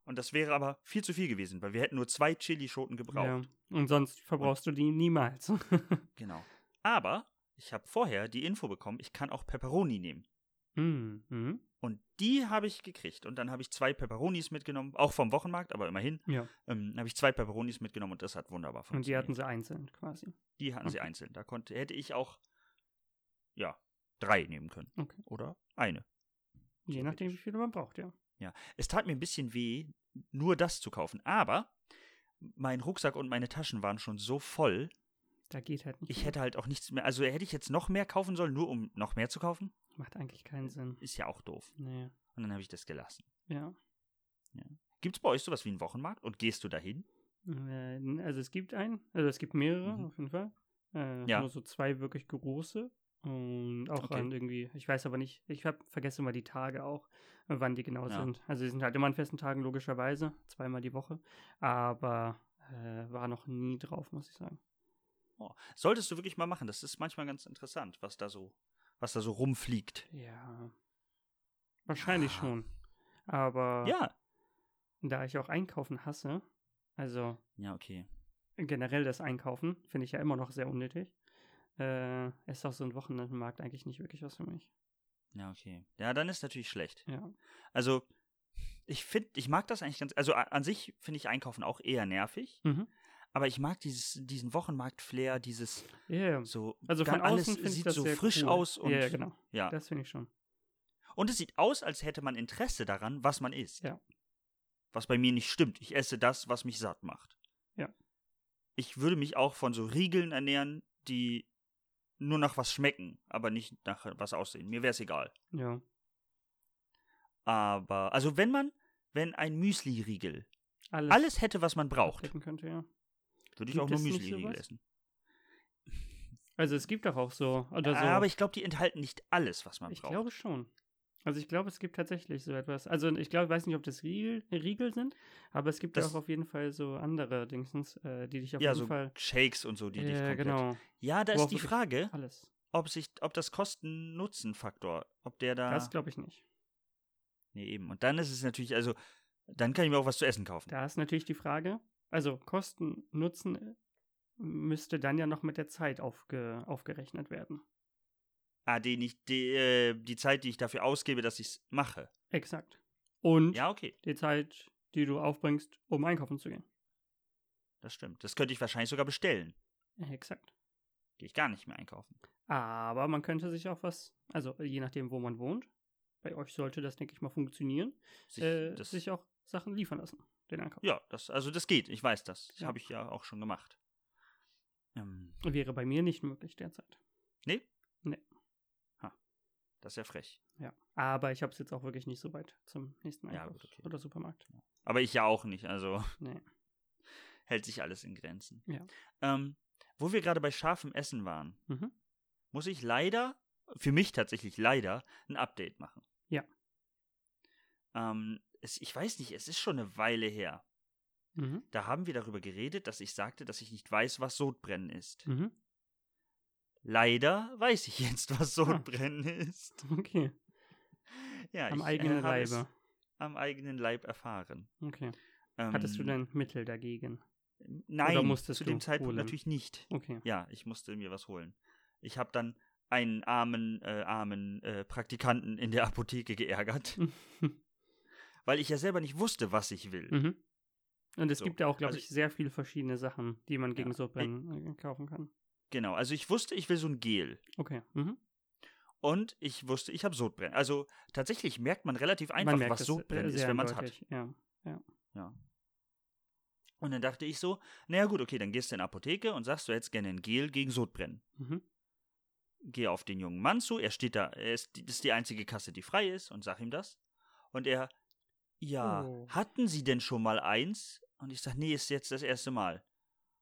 Und das wäre aber viel zu viel gewesen, weil wir hätten nur zwei Chilischoten gebraucht. Ja. Und sonst verbrauchst du die niemals. Genau. Aber ich habe vorher die Info bekommen, ich kann auch Pepperoni nehmen. mhm. Mhm. Und die habe ich gekriegt. Und dann habe ich zwei Pepperonis mitgenommen, auch vom Wochenmarkt, aber immerhin. Ja. Ähm, habe ich zwei Pepperonis mitgenommen und das hat wunderbar Und die funktioniert. hatten sie einzeln quasi. Die hatten sie Okay. einzeln. Da konnte, hätte ich auch, ja, drei nehmen können. Okay. Oder eine. Je nachdem, wie viele man braucht, ja. Es tat mir ein bisschen weh, nur das zu kaufen. Aber mein Rucksack und meine Taschen waren schon so voll, Da geht halt nicht. ich mehr. hätte halt auch nichts mehr. Also hätte ich jetzt noch mehr kaufen sollen, nur um noch mehr zu kaufen? Macht eigentlich keinen Sinn. Ist ja auch doof. Nee. Und dann habe ich das gelassen. Ja. Gibt es bei euch sowas wie einen Wochenmarkt und gehst du dahin? Äh, n- Also es gibt einen, also es gibt mehrere Mhm. auf jeden Fall. Äh, Ja. Nur so zwei wirklich große. Und auch Okay. an irgendwie, ich weiß aber nicht, ich hab, vergesse immer die Tage auch, äh, wann die genau Ja. sind. Also die sind halt immer an festen Tagen, logischerweise, zweimal die Woche. Aber äh, war noch nie drauf, muss ich sagen. Oh. Solltest du wirklich mal machen. Das ist manchmal ganz interessant, was da so, was da so rumfliegt. Ja. Ah. Wahrscheinlich Ja. schon. Aber Ja. da ich auch einkaufen hasse, also Ja, okay. generell das Einkaufen, finde ich ja immer noch sehr unnötig, äh, ist auch so ein Wochenendmarkt eigentlich nicht wirklich was für mich. Ja, okay. Ja, dann ist natürlich schlecht. Ja. Also, ich finde, ich mag das eigentlich ganz. Also, a- an sich finde ich Einkaufen auch eher nervig. Mhm. Aber ich mag dieses, diesen Wochenmarkt-Flair, dieses Yeah. so. Also von ganz- alles außen finde ich sieht das so sehr frisch cool. aus und. ja, ja, genau. ja. Das finde ich schon. Und es sieht aus, als hätte man Interesse daran, was man isst. Ja. Was bei mir nicht stimmt. Ich esse das, was mich satt macht. Ja. Ich würde mich auch von so Riegeln ernähren, die nur nach was schmecken, aber nicht nach was aussehen. Mir wäre es egal. Ja. Aber, also wenn man, wenn ein Müsli-Riegel Alles, alles hätte, was man braucht, abdecken könnte, ja. würde ich Gibt auch nur es nicht Müsli-Riegel sowas? essen. Also es gibt doch auch so oder so. Aber ich glaube, die enthalten nicht alles, was man ich braucht. glaube schon. Also ich glaube, es gibt tatsächlich so etwas. Also ich glaube, ich weiß nicht, ob das Riegel, Riegel sind, aber es gibt ja Das- auch auf jeden Fall so andere Dingsens, äh, die dich auf ja, jeden so Fall. Shakes und so, die dich ja, komplett. genau. Ja, da Worauf ist die wirklich Frage, Alles. ob sich, ob das Kosten-Nutzen-Faktor, ob der da. Das glaube ich nicht. Nee, eben. Und dann ist es natürlich, also, dann kann ich mir auch was zu essen kaufen. Da ist natürlich die Frage. Also Kosten, Nutzen äh, müsste dann ja noch mit der Zeit aufge, aufgerechnet werden. Ah, den ich, die, äh, die Zeit, die ich dafür ausgebe, dass ich es mache. Exakt. Und Ja, okay, die Zeit, die du aufbringst, um einkaufen zu gehen. das stimmt. Das könnte ich wahrscheinlich sogar bestellen. Exakt. Gehe ich gar nicht mehr einkaufen. Aber man könnte sich auch was, also je nachdem, wo man wohnt, bei euch sollte das, denke ich mal, funktionieren, Sich, äh, das, sich auch Sachen liefern lassen, den Einkauf. ja, das, also das geht, ich weiß das. Das Ja. habe ich ja auch schon gemacht. Ähm, Wäre bei mir nicht möglich derzeit. das ist ja frech. Ja. Aber ich habe es jetzt auch wirklich nicht so weit zum nächsten Ja, Einkauf gut, okay. oder Supermarkt. Aber ich ja auch nicht, also Nee. hält sich alles in Grenzen. Ja. Ähm, wo wir gerade bei scharfem Essen waren, Mhm. muss ich leider, für mich tatsächlich leider, ein Update machen. Ja. Ähm, es, ich weiß nicht, es ist schon eine Weile her. Mhm. Da haben wir darüber geredet, dass ich sagte, dass ich nicht weiß, was Sodbrennen ist. Mhm. Leider weiß ich jetzt, was Ah. Sodbrennen ist. Okay. Ja, Mhm. Am ich, äh, eigenen habe es Leibe. Am eigenen Leib erfahren. Okay. Ähm, Hattest du denn Mittel dagegen? Nein, oder musstest zu dem du Zeitpunkt holen? natürlich nicht. Okay. Ja, ich musste mir was holen. Ich habe dann einen armen, äh, armen äh, Praktikanten in der Apotheke geärgert, weil ich ja selber nicht wusste, was ich will. Mhm. Und es So. gibt ja auch, glaube Also ich, sehr viele verschiedene Sachen, die man gegen Ja. Sodbrennen äh, kaufen kann. Genau, also ich wusste, ich will so ein Gel. Okay. Mhm. Und ich wusste, ich habe Sodbrennen. Also tatsächlich merkt man relativ einfach, man merkt was es, Sodbrennen äh, ist, sehr wenn man es hat. eindeutig, Ja. Und dann dachte ich so, naja gut, okay, dann gehst du in die Apotheke und sagst, du hättest gerne ein Gel gegen Sodbrennen. Mhm. Geh auf den jungen Mann zu, er steht da, er ist, das ist die einzige Kasse, die frei ist, und sag ihm das. Und er, ja, Oh. hatten Sie denn schon mal eins? Und ich sag, nee, ist jetzt das erste Mal.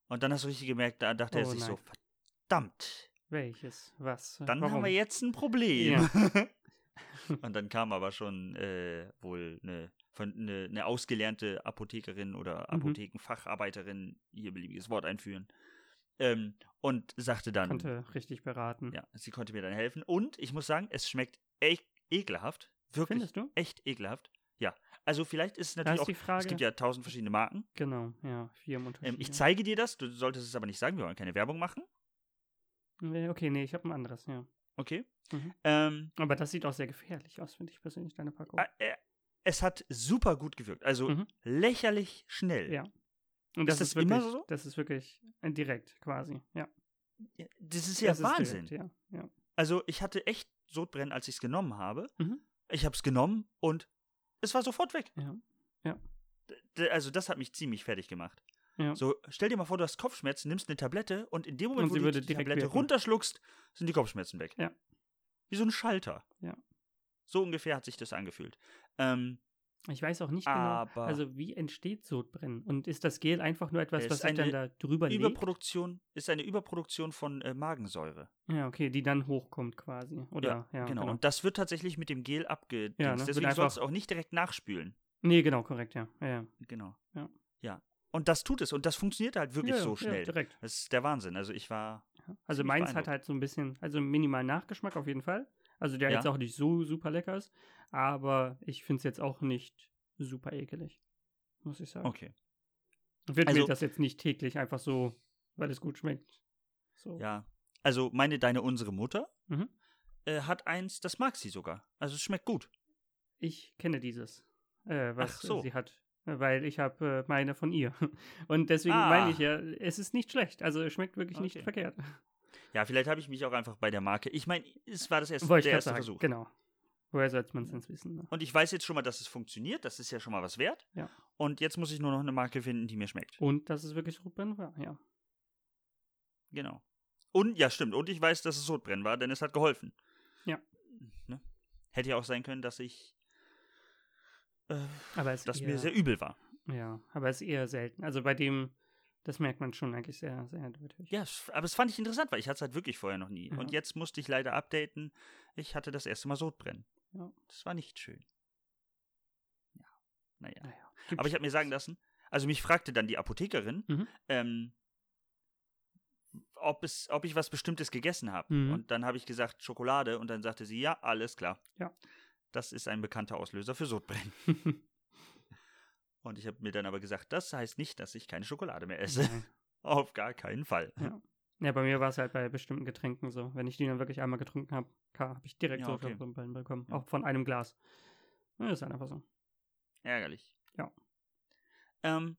Und dann hast du richtig gemerkt, da dachte er Oh sich so, nein. verdammt, Welches? Was? dann Warum? haben wir jetzt ein Problem. und dann kam aber schon äh, wohl eine, von, eine, eine ausgelernte Apothekerin oder Mhm. Apothekenfacharbeiterin, hier beliebiges Wort einführen, ähm, und sagte dann, Konnte richtig beraten. ja, sie konnte mir dann helfen. Und ich muss sagen, es schmeckt echt ekelhaft. Wirklich Findest du? echt ekelhaft. Ja, also vielleicht ist es Da natürlich ist auch, die Frage. es gibt ja tausend verschiedene Marken. genau, ja, vier im Ähm, Unterschied. ich zeige dir das, du solltest es aber nicht sagen, wir wollen keine Werbung machen. Nee, Hm, äh, Okay, nee, ich habe ein anderes, ja. Okay. Mhm. Ähm, Aber das sieht auch sehr gefährlich aus, finde ich persönlich, deine Packung. Ah, äh, es hat super gut gewirkt. Also Oh. Mhm. lächerlich schnell. Ja. Und das ist das ist, wirklich, immer so? Das ist wirklich äh, direkt quasi, ja. Ja, Das ist ja das Wahnsinn. Ist direkt, ja. ja. Also ich hatte echt Sodbrennen, als ich es genommen habe. Mhm. Ich habe es genommen und es war sofort weg. Ja. D- Also das hat mich ziemlich fertig gemacht. Ja. So, stell dir mal vor, du hast Kopfschmerzen, nimmst eine Tablette und in dem Moment, Und wo sie du würde die direkt Tablette wirken. runterschluckst, sind die Kopfschmerzen weg. Ja. Wie so ein Schalter. Ja. So ungefähr hat sich das angefühlt. Ähm, Ich weiß auch nicht genau, Aber- also wie entsteht Sodbrennen? Und ist das Gel einfach nur etwas, Es was ist sich dann da eine drüber legt? Überproduktion ist eine Überproduktion von äh, Magensäure. Ja, okay, die dann hochkommt quasi. Oder, ja, genau. Und das wird tatsächlich mit dem Gel abgedingst. Ja, ne? Wird Deswegen sollst du einfach- auch nicht direkt nachspülen. Nee, genau, korrekt, ja. ja, ja. Genau. Ja. ja. Und das tut es. Und das funktioniert halt wirklich ja, ja, so schnell. Ja, direkt. das ist der Wahnsinn. Also ich war. Ja. Also Ziemlich meins hat beeindruckend. halt so ein bisschen, also minimal Nachgeschmack auf jeden Fall. Also der Ja. jetzt auch nicht so super lecker ist, aber ich finde es jetzt auch nicht super ekelig, muss ich sagen. Okay. Wird mir Also- das jetzt nicht täglich einfach so, weil es gut schmeckt. So. Ja. Also meine, deine, unsere Mutter Oh. Mhm. äh, hat eins, das mag sie sogar. Also es schmeckt gut. Ich kenne dieses, äh, was Ach so. sie hat, äh, weil ich habe äh, meine von ihr. Und deswegen Ah. meine ich ja, es ist nicht schlecht. Also es schmeckt wirklich nicht Okay. verkehrt. Ja, vielleicht habe ich mich auch einfach bei der Marke. Ich meine, es war das erste, Wollte der ich gerade erste sagen. Versuch. Genau. Woher sollte man es sonst wissen? Ne? Und ich weiß jetzt schon mal, dass es funktioniert. Das ist ja schon mal was wert. Ja. Oh. Und jetzt muss ich nur noch eine Marke finden, die mir schmeckt. Und dass es wirklich Rotbrennen war, ja. Genau. Und, ja, stimmt. Und ich weiß, dass es Sodbrennen war, denn es hat geholfen. Ja. Ne? Hätte ja auch sein können, dass ich. Äh, Aber es dass eher, mir sehr übel war. ja, aber es ist eher selten. Also bei dem, das merkt man schon eigentlich sehr, sehr deutlich. Ja, es- aber es fand ich interessant, weil ich hatte es halt wirklich vorher noch nie. Ja. Und jetzt musste ich leider updaten. Ich hatte das erste Mal Sodbrennen. Ja. Das war nicht schön. Ja, naja. Naja, gibt- Aber ich habe mir sagen lassen, also mich fragte dann die Apothekerin, Mhm. ähm, ob, es, ob ich was Bestimmtes gegessen habe. Mhm. Und dann habe ich gesagt Schokolade und dann sagte sie, ja, alles klar. Ja. Das ist ein bekannter Auslöser für Sodbrennen. Und ich habe mir dann aber gesagt, das heißt nicht, dass ich keine Schokolade mehr esse. Nein. Auf gar keinen Fall. Mhm. Ja. Ja, bei mir war es halt bei bestimmten Getränken so. Wenn ich die dann wirklich einmal getrunken habe, habe ich direkt Ja, so okay. Sodbrennen bekommen. Ja. Auch von einem Glas. Ja, ist halt einfach so. Ärgerlich. Ja. Ähm,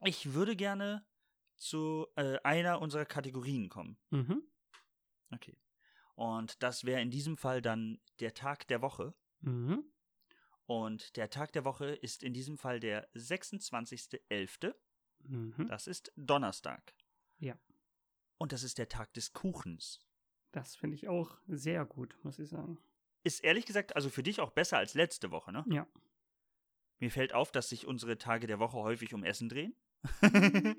ich würde gerne zu äh, einer unserer Kategorien kommen. Mhm. Okay. Und das wäre in diesem Fall dann der Tag der Woche. Mhm. Und der Tag der Woche ist in diesem Fall der 26.11. Mhm. Das ist Donnerstag. Ja. Und das ist der Tag des Kuchens. Das finde ich auch sehr gut, muss ich sagen. Ist ehrlich gesagt also für dich auch besser als letzte Woche, ne? Ja. Mir fällt auf, dass sich unsere Tage der Woche häufig um Essen drehen.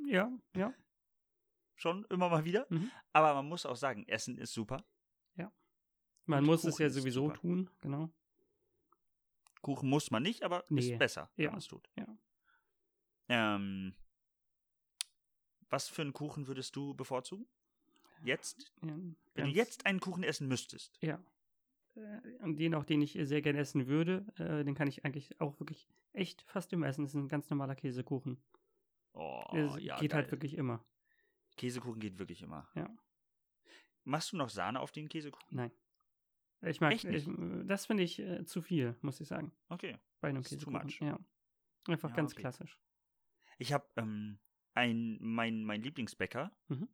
ja, ja. Schon immer mal wieder. Mhm. Aber man muss auch sagen, Essen ist super. Man Und muss es Kuchen ja ist sowieso super. tun, genau. Kuchen muss man nicht, aber Nee. ist besser, Ja. wenn man es tut. Ja. Ähm, was für einen Kuchen würdest du bevorzugen? Jetzt? Ähm, Wenn ganz- du jetzt einen Kuchen essen müsstest. Ja. Äh, Und den auch, den ich sehr gerne essen würde, äh, den kann ich eigentlich auch wirklich echt fast immer essen. Das ist ein ganz normaler Käsekuchen. Oh, es ja, geht halt geil. wirklich immer. Käsekuchen geht wirklich immer. Ja. Machst du noch Sahne auf den Käsekuchen? Nein. Ich mag, Echt nicht? ich, äh, das finde ich äh, zu viel, muss ich sagen, Okay. bei einem Das ist too Käsekuchen. much. Ja. Einfach Ja, ganz okay. klassisch. Ich habe ähm, ein, mein, mein Lieblingsbäcker Mhm.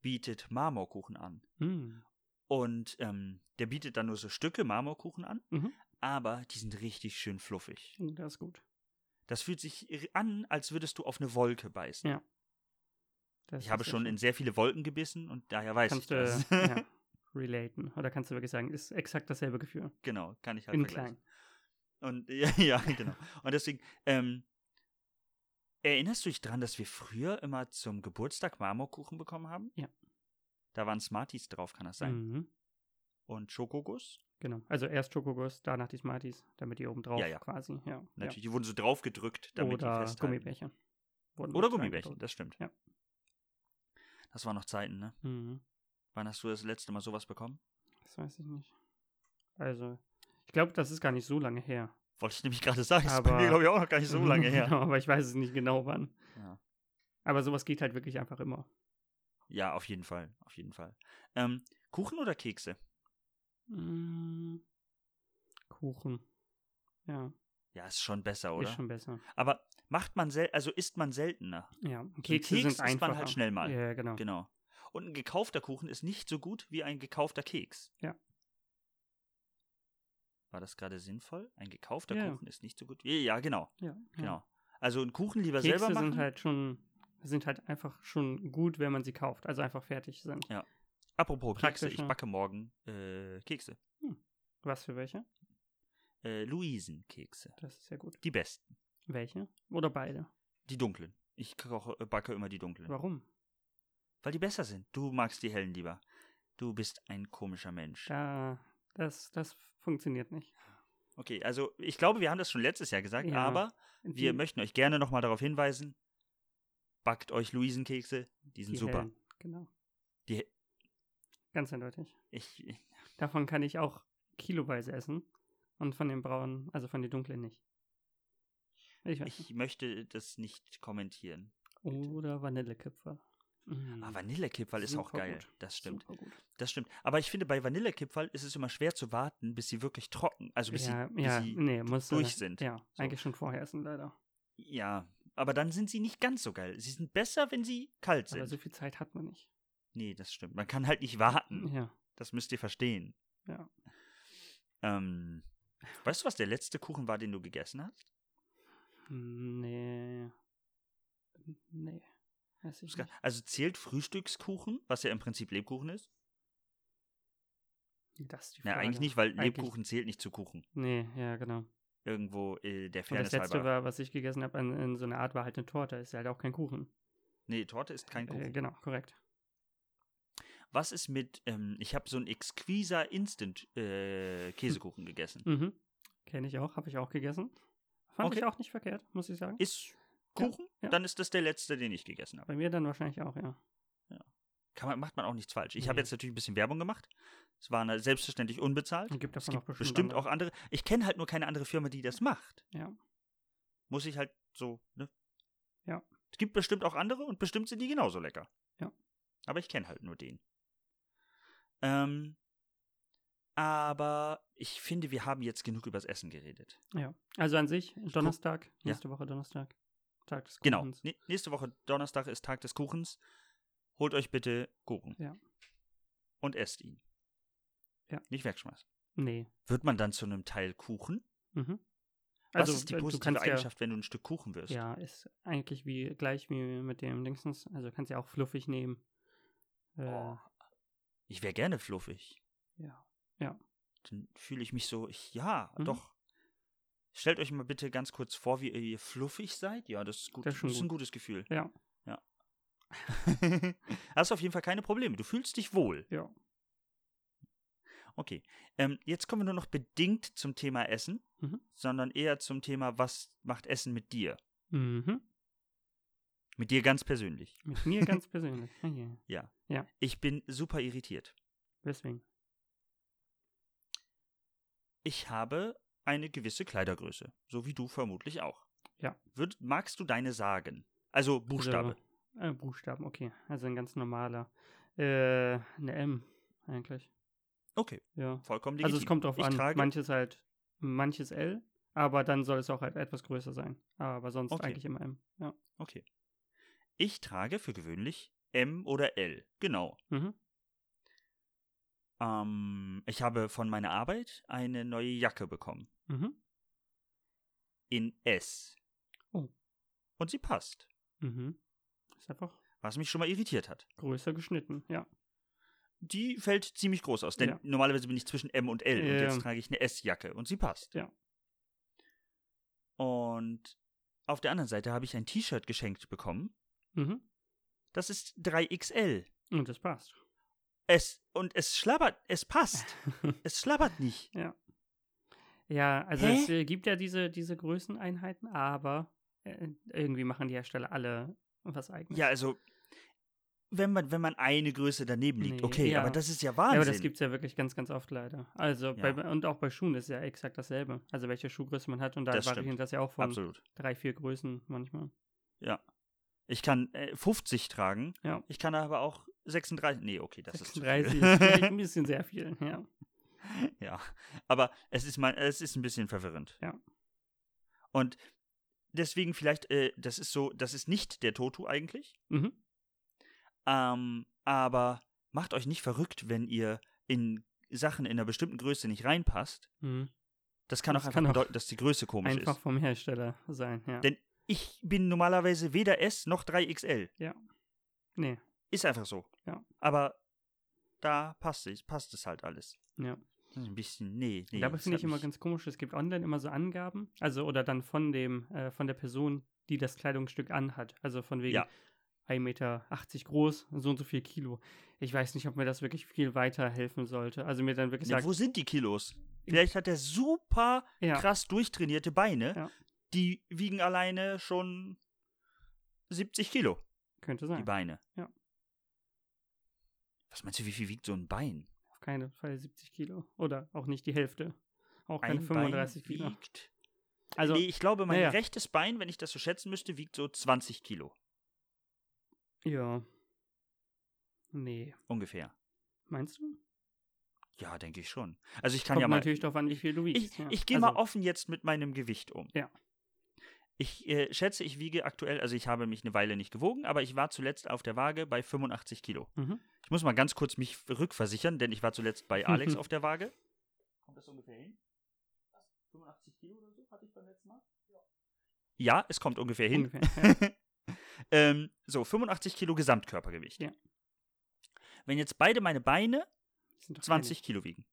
bietet Marmorkuchen an. Hm. Mm. Und ähm, der bietet dann nur so Stücke Marmorkuchen an, Mhm. aber die sind richtig schön fluffig. Oh, das ist gut. Das fühlt sich ir- an, als würdest du auf eine Wolke beißen. Ja, Das ich habe ist sehr schon schön. in sehr viele Wolken gebissen und daher weiß kannst ich du äh, das. ja, relaten. Oder kannst du wirklich sagen, ist exakt dasselbe Gefühl. genau, kann ich halt In klein. vergleichen. Und ja, ja, genau. Und deswegen, ähm, erinnerst du dich dran, dass wir früher immer zum Geburtstag Marmorkuchen bekommen haben? Ja. Da waren Smarties drauf, kann das sein? Mhm, Und Schokoguss? genau. Also erst Schokoguss, danach die Smarties, damit die oben drauf Ja, ja. quasi. Ja, Natürlich, die wurden so drauf gedrückt, ja. damit die Oder festhalten. Gummibärchen. Wurden Oder oft Gummibärchen, reingedrückt. das stimmt. Ja. Das waren noch Zeiten, ne? Mhm, Wann hast du das letzte Mal sowas bekommen? das weiß ich nicht. Also, ich glaube, das ist gar nicht so lange her. Wollte ich nämlich gerade sagen, das ist bei Aber- mir, glaube ich, auch noch gar nicht so lange her. genau, aber ich weiß es nicht genau wann. Ja. Aber sowas geht halt wirklich einfach immer. Ja, auf jeden Fall, auf jeden Fall. Ähm, Kuchen oder Kekse? Mm, Kuchen. Ja, Ja, ist schon besser, ist oder? schon besser. Aber macht man sel also isst man seltener. Ja, Kekse Keks sind Also isst man einfacher. halt schnell mal. Ja, genau. Genau. Und ein gekaufter Kuchen ist nicht so gut wie ein gekaufter Keks. Ja. War das gerade sinnvoll? Ein gekaufter Ja. Kuchen ist nicht so gut. wie- Ja, genau, Ja, ja. genau. Also einen Kuchen lieber Kekse selber machen. sind halt schon, sind halt einfach schon gut, wenn man sie kauft. Also einfach fertig sind. Apropos Kekse, ich praktischer. backe morgen äh, Kekse. Was für welche? äh, Luisenkekse. Das ist ja gut. Die besten. Welche? Oder beide? Die dunklen. Ich koche, äh, backe immer die dunklen. Warum? Weil die besser sind. Du magst die hellen lieber. Du bist ein komischer Mensch. Da, das, das funktioniert nicht. Okay, also ich glaube, wir haben das schon letztes Jahr gesagt, Ja. Hm. aber wir Die- möchten euch gerne nochmal darauf hinweisen. Backt euch Luisenkekse. Die sind die super. hellen, Genau. Die- Ganz eindeutig. Ich, ich- Davon kann ich auch kiloweise essen und von den braunen, also von den dunklen nicht. Ich weiß ich möchte das nicht kommentieren. nicht. Oder Vanillekipferl. Mm. Ah, Vanillekipferl ist auch Super geil. gut. Das stimmt. Super gut. Das stimmt. Aber ich finde, bei Vanillekipferl ist es immer schwer zu warten, bis sie wirklich trocken, also bis ja, sie, bis ja sie nee, muss durch sind. Ja, So. eigentlich schon vorher essen, leider. Ja, aber dann sind sie nicht ganz so geil. Sie sind besser, wenn sie kalt Aber sind. so viel Zeit hat man nicht. nee, das stimmt. Man kann halt nicht warten. Ja. Das müsst ihr verstehen. Ja. Ähm, weißt du, was der letzte Kuchen war, den du gegessen hast? Nee. Nee. Weiß ich Oskar, nicht. Also zählt Frühstückskuchen, was ja im Prinzip Lebkuchen ist? Das ist die Na, Frage. eigentlich nicht, weil Eigentlich- Lebkuchen zählt nicht zu Kuchen. Nee, ja, genau. Irgendwo äh, der Und das Fairness letzte halber. war, was ich gegessen habe, in, in so einer Art war halt eine Torte. Ist ja halt auch kein Kuchen. Nee, Torte ist kein Kuchen. Äh, genau, korrekt. Was ist mit, ähm, ich habe so einen exquiser Instant-Käsekuchen gegessen. Mhm. Kenne ich auch, habe ich auch gegessen. Fand Okay. ich auch nicht verkehrt, muss ich sagen. Ist Kuchen, ja. dann ist das der letzte, den ich gegessen habe. Bei mir dann wahrscheinlich auch, ja. Kann man, macht man auch nichts falsch. Ich habe Nee. jetzt natürlich ein bisschen Werbung gemacht. Es war na- selbstverständlich unbezahlt. Und gibt Es davon auch gibt bestimmt, bestimmt andere. auch andere. Ich kenne halt nur keine andere Firma, die das macht. Ja. Muss ich halt so, ne? Ja. Es gibt bestimmt auch andere und bestimmt sind die genauso lecker. Ja. Aber ich kenne halt nur den. Ähm, aber ich finde, wir haben jetzt genug übers Essen geredet. Ja. Also an sich, Donnerstag, Ja. nächste Woche Donnerstag. Tag des Genau. Kuchens. Nä- Nächste Woche Donnerstag ist Tag des Kuchens. Holt euch bitte Kuchen. Ja. Und esst ihn. Ja. Nicht wegschmeißen. Nee. Wird man dann zu einem Teil Kuchen? Mhm. Was ist die äh, du positive kannst ja- Eigenschaft, wenn du ein Stück Kuchen wirst? Ja, ist eigentlich wie gleich wie mit dem Dingsens. Also kannst ja auch fluffig nehmen. Äh, Oh. Ich wäre gerne fluffig. Ja. Ja. Dann fühle ich mich so, ich, ja, Mhm. doch. Stellt euch mal bitte ganz kurz vor, wie ihr fluffig seid. Ja, das ist, gut. Das ist schon ein gutes Gefühl. Ja. Ja. Hast auf jeden Fall keine Probleme. Du fühlst dich wohl. ja. Okay. Ähm, jetzt kommen wir nur noch bedingt zum Thema Essen, Mhm. sondern eher zum Thema, was macht Essen mit dir? Mhm. Mit dir ganz persönlich. Mit mir ganz persönlich. Ah, ja. Ich bin super irritiert. Deswegen. Ich habe eine gewisse Kleidergröße, so wie du vermutlich auch. Ja. Würd, magst du deine sagen? Also Buchstabe. Also, äh, Buchstaben, okay. Also ein ganz normaler. Äh, eine M, eigentlich. Okay, Ja. vollkommen legitim. Also es kommt drauf ich an. Trage, Manches halt, manches L, aber dann soll es auch halt etwas größer sein. Aber sonst Okay. eigentlich immer M. Ja. okay. Ich trage für gewöhnlich M oder L. Genau. Mhm. Ähm, ich habe von meiner Arbeit eine neue Jacke bekommen. Mhm. in S. Oh. Und sie passt, Mhm. Ist einfach was mich schon mal irritiert hat. größer geschnitten, ja. Die fällt ziemlich groß aus, denn Ja. normalerweise bin ich zwischen M und L und Ja. jetzt trage ich eine S-Jacke und sie passt. Ja. Und auf der anderen Seite habe ich ein T-Shirt geschenkt bekommen. Mhm. Das ist 3XL. Und das passt. Es, und es schlabbert, es passt. es schlabbert nicht. Ja, also Hä? es äh, gibt ja diese, diese Größeneinheiten, aber äh, irgendwie machen die Hersteller alle was eigenes. Ja, also, wenn man, wenn man eine Größe daneben liegt, Nee, okay, ja. aber das ist ja Ja, Wahnsinn. aber das gibt es ja wirklich ganz, ganz oft leider. Also bei, Ja. und auch bei Schuhen ist ja exakt dasselbe. Also welche Schuhgröße man hat und da Das variieren stimmt. das ja auch von Absolut. drei, vier Größen manchmal. Ich kann äh, 50 tragen. Ja. Ich kann aber auch 36. Nee, okay, das ist 36 zu ist vielleicht viel. ein bisschen sehr viel, ja. ja, aber es ist mein, es ist ein bisschen verwirrend. Ja. Und deswegen vielleicht, äh, das ist so, das ist nicht der Toto eigentlich. Mhm. Ähm, aber macht euch nicht verrückt, wenn ihr in Sachen in einer bestimmten Größe nicht reinpasst. Mhm. Das kann Das auch einfach kann auch bedeuten, dass die Größe komisch Einfach ist. vom Hersteller sein, ja. Denn- Ich bin normalerweise weder S noch 3XL. nee, Ist einfach so. Ja. Aber da passt es, passt es halt alles. ja. Ein bisschen, nee, nee. Dabei das finde hat ich immer mich- ganz komisch, es gibt online immer so Angaben, also oder dann von dem, äh, von der Person, die das Kleidungsstück anhat. Also von wegen Ja. 1,80 Meter groß, so und so viel Kilo. Ich weiß nicht, ob mir das wirklich viel weiterhelfen sollte. Also mir dann wirklich Nee, sagt, wo sind die Kilos? Vielleicht hat er super ja, krass durchtrainierte Beine. Ja. Die wiegen alleine schon 70 Kilo, könnte die sein. Beine. Ja. Was meinst du, wie viel wiegt so ein Bein? Auf keinen Fall 70 Kilo. Oder auch nicht die Hälfte. Auch keine Ein 35 Bein Kilo. wiegt. Also, nee, ich glaube, mein ja, ja. rechtes Bein, wenn ich das so schätzen müsste, wiegt so 20 Kilo ja. Nee. ungefähr. Meinst du? Ja, denke ich schon. Also ich kann Kommt ja mal. natürlich darauf an, wie viel du Ich, wiegst. ja. ich gehe mal Also, offen jetzt mit meinem Gewicht um. Ja. Ich äh, schätze, ich wiege aktuell, also ich habe mich eine Weile nicht gewogen, aber ich war zuletzt auf der Waage bei 85 Kilo. Mhm. Ich muss mal ganz kurz mich rückversichern, denn ich war zuletzt bei Alex auf der Waage. Kommt das ungefähr hin? 85 Kilo oder so hatte ich beim letzten Mal? Ja, es kommt ungefähr hin. Ungefähr, ja. Ähm, so, 85 Kilo Gesamtkörpergewicht. Ja. Wenn jetzt beide meine Beine Sind doch 20 Kilo wiegen.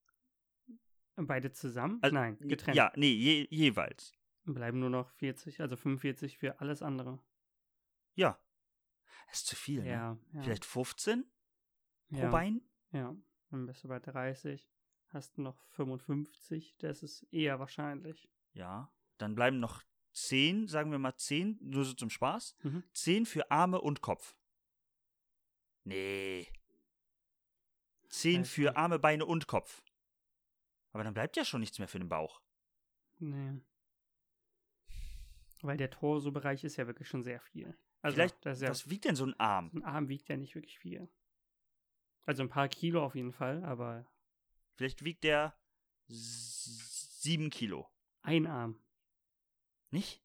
keine. Beide zusammen? Also, Nein, getrennt. Ja, nee, je, jeweils. Bleiben nur noch 40, also 45 für alles andere. Ja. Das ist zu viel, ne? Ja, ja. Vielleicht 15 pro ja, Bein? Ja, dann bist du bei 30. Hast noch 55, das ist eher wahrscheinlich. Ja. Dann bleiben noch 10, sagen wir mal 10, nur so zum Spaß. Mhm. 10 für Arme und Kopf. Nee. 10 Weiß für nicht. Arme, Beine und Kopf. Aber dann bleibt ja schon nichts mehr für den Bauch. Nee. Weil der Torso-Bereich ist ja wirklich schon sehr viel. Also, Vielleicht, das ist ja, Was wiegt denn so ein Arm? so ein Arm wiegt ja nicht wirklich viel. Also ein paar Kilo auf jeden Fall, aber Vielleicht wiegt der 7 Kilo. ein Arm. Nicht?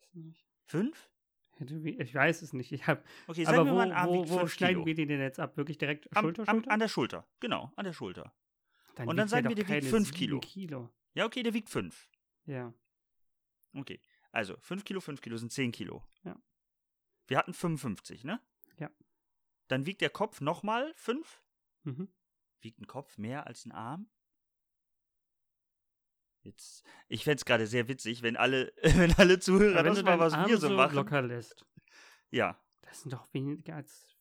Weiß nicht. 5? Hätte wie- Ich weiß es nicht. Ich hab, Okay, sagen aber wir wo, mal, ein Arm wo, wiegt wo 5 schneiden Kilo. wir den denn jetzt ab? Wirklich direkt Am, Schulter, am, Schulter? an der Schulter, genau, an der Schulter. Dann Und dann wiegt sagen der wir, doch der wiegt keine fünf sieben Kilo. Kilo. Ja, okay, der wiegt 5. Ja, Okay. Also 5 Kilo, 5 Kilo sind 10 Kilo. Ja. Wir hatten 55, ne? Ja. Dann wiegt der Kopf nochmal 5. mhm. Wiegt ein Kopf mehr als ein Arm? Jetzt, ich fände es gerade sehr witzig, wenn alle, wenn alle Zuhörer Aber wenn das du mal, deinen was Arm wir so machen. locker lässt, Ja. das sind doch weniger als.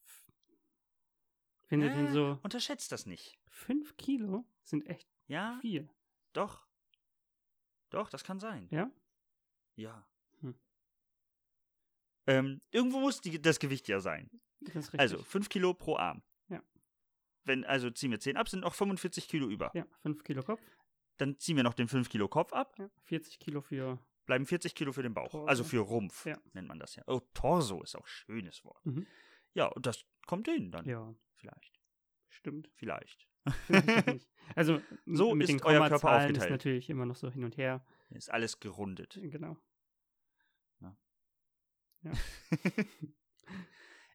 Wenn du Äh, den so. Unterschätzt das nicht. 5 Kilo sind echt Ja, viel. doch. Doch, das kann sein. Ja? Ja. Hm. Ähm, irgendwo muss die, das Gewicht ja sein. Das ist richtig. Also 5 Kilo pro Arm. Ja. Wenn, also ziehen wir 10 ab, sind noch 45 Kilo über. Ja, 5 Kilo Kopf, Dann ziehen wir noch den 5 Kilo Kopf ab, ja, 40 Kilo für. bleiben 40 Kilo für den Bauch. Torso. Also für Rumpf Ja. nennt man das ja. Oh, Torso ist auch ein schönes Wort. Mhm. Ja, und das kommt hin dann. Ja, Vielleicht. stimmt. Vielleicht. Vielleicht auch nicht. Also, m- So mit ist den euer Körper Kommazahlen ist aufgeteilt. natürlich immer noch so hin und her. Ist alles gerundet. Genau.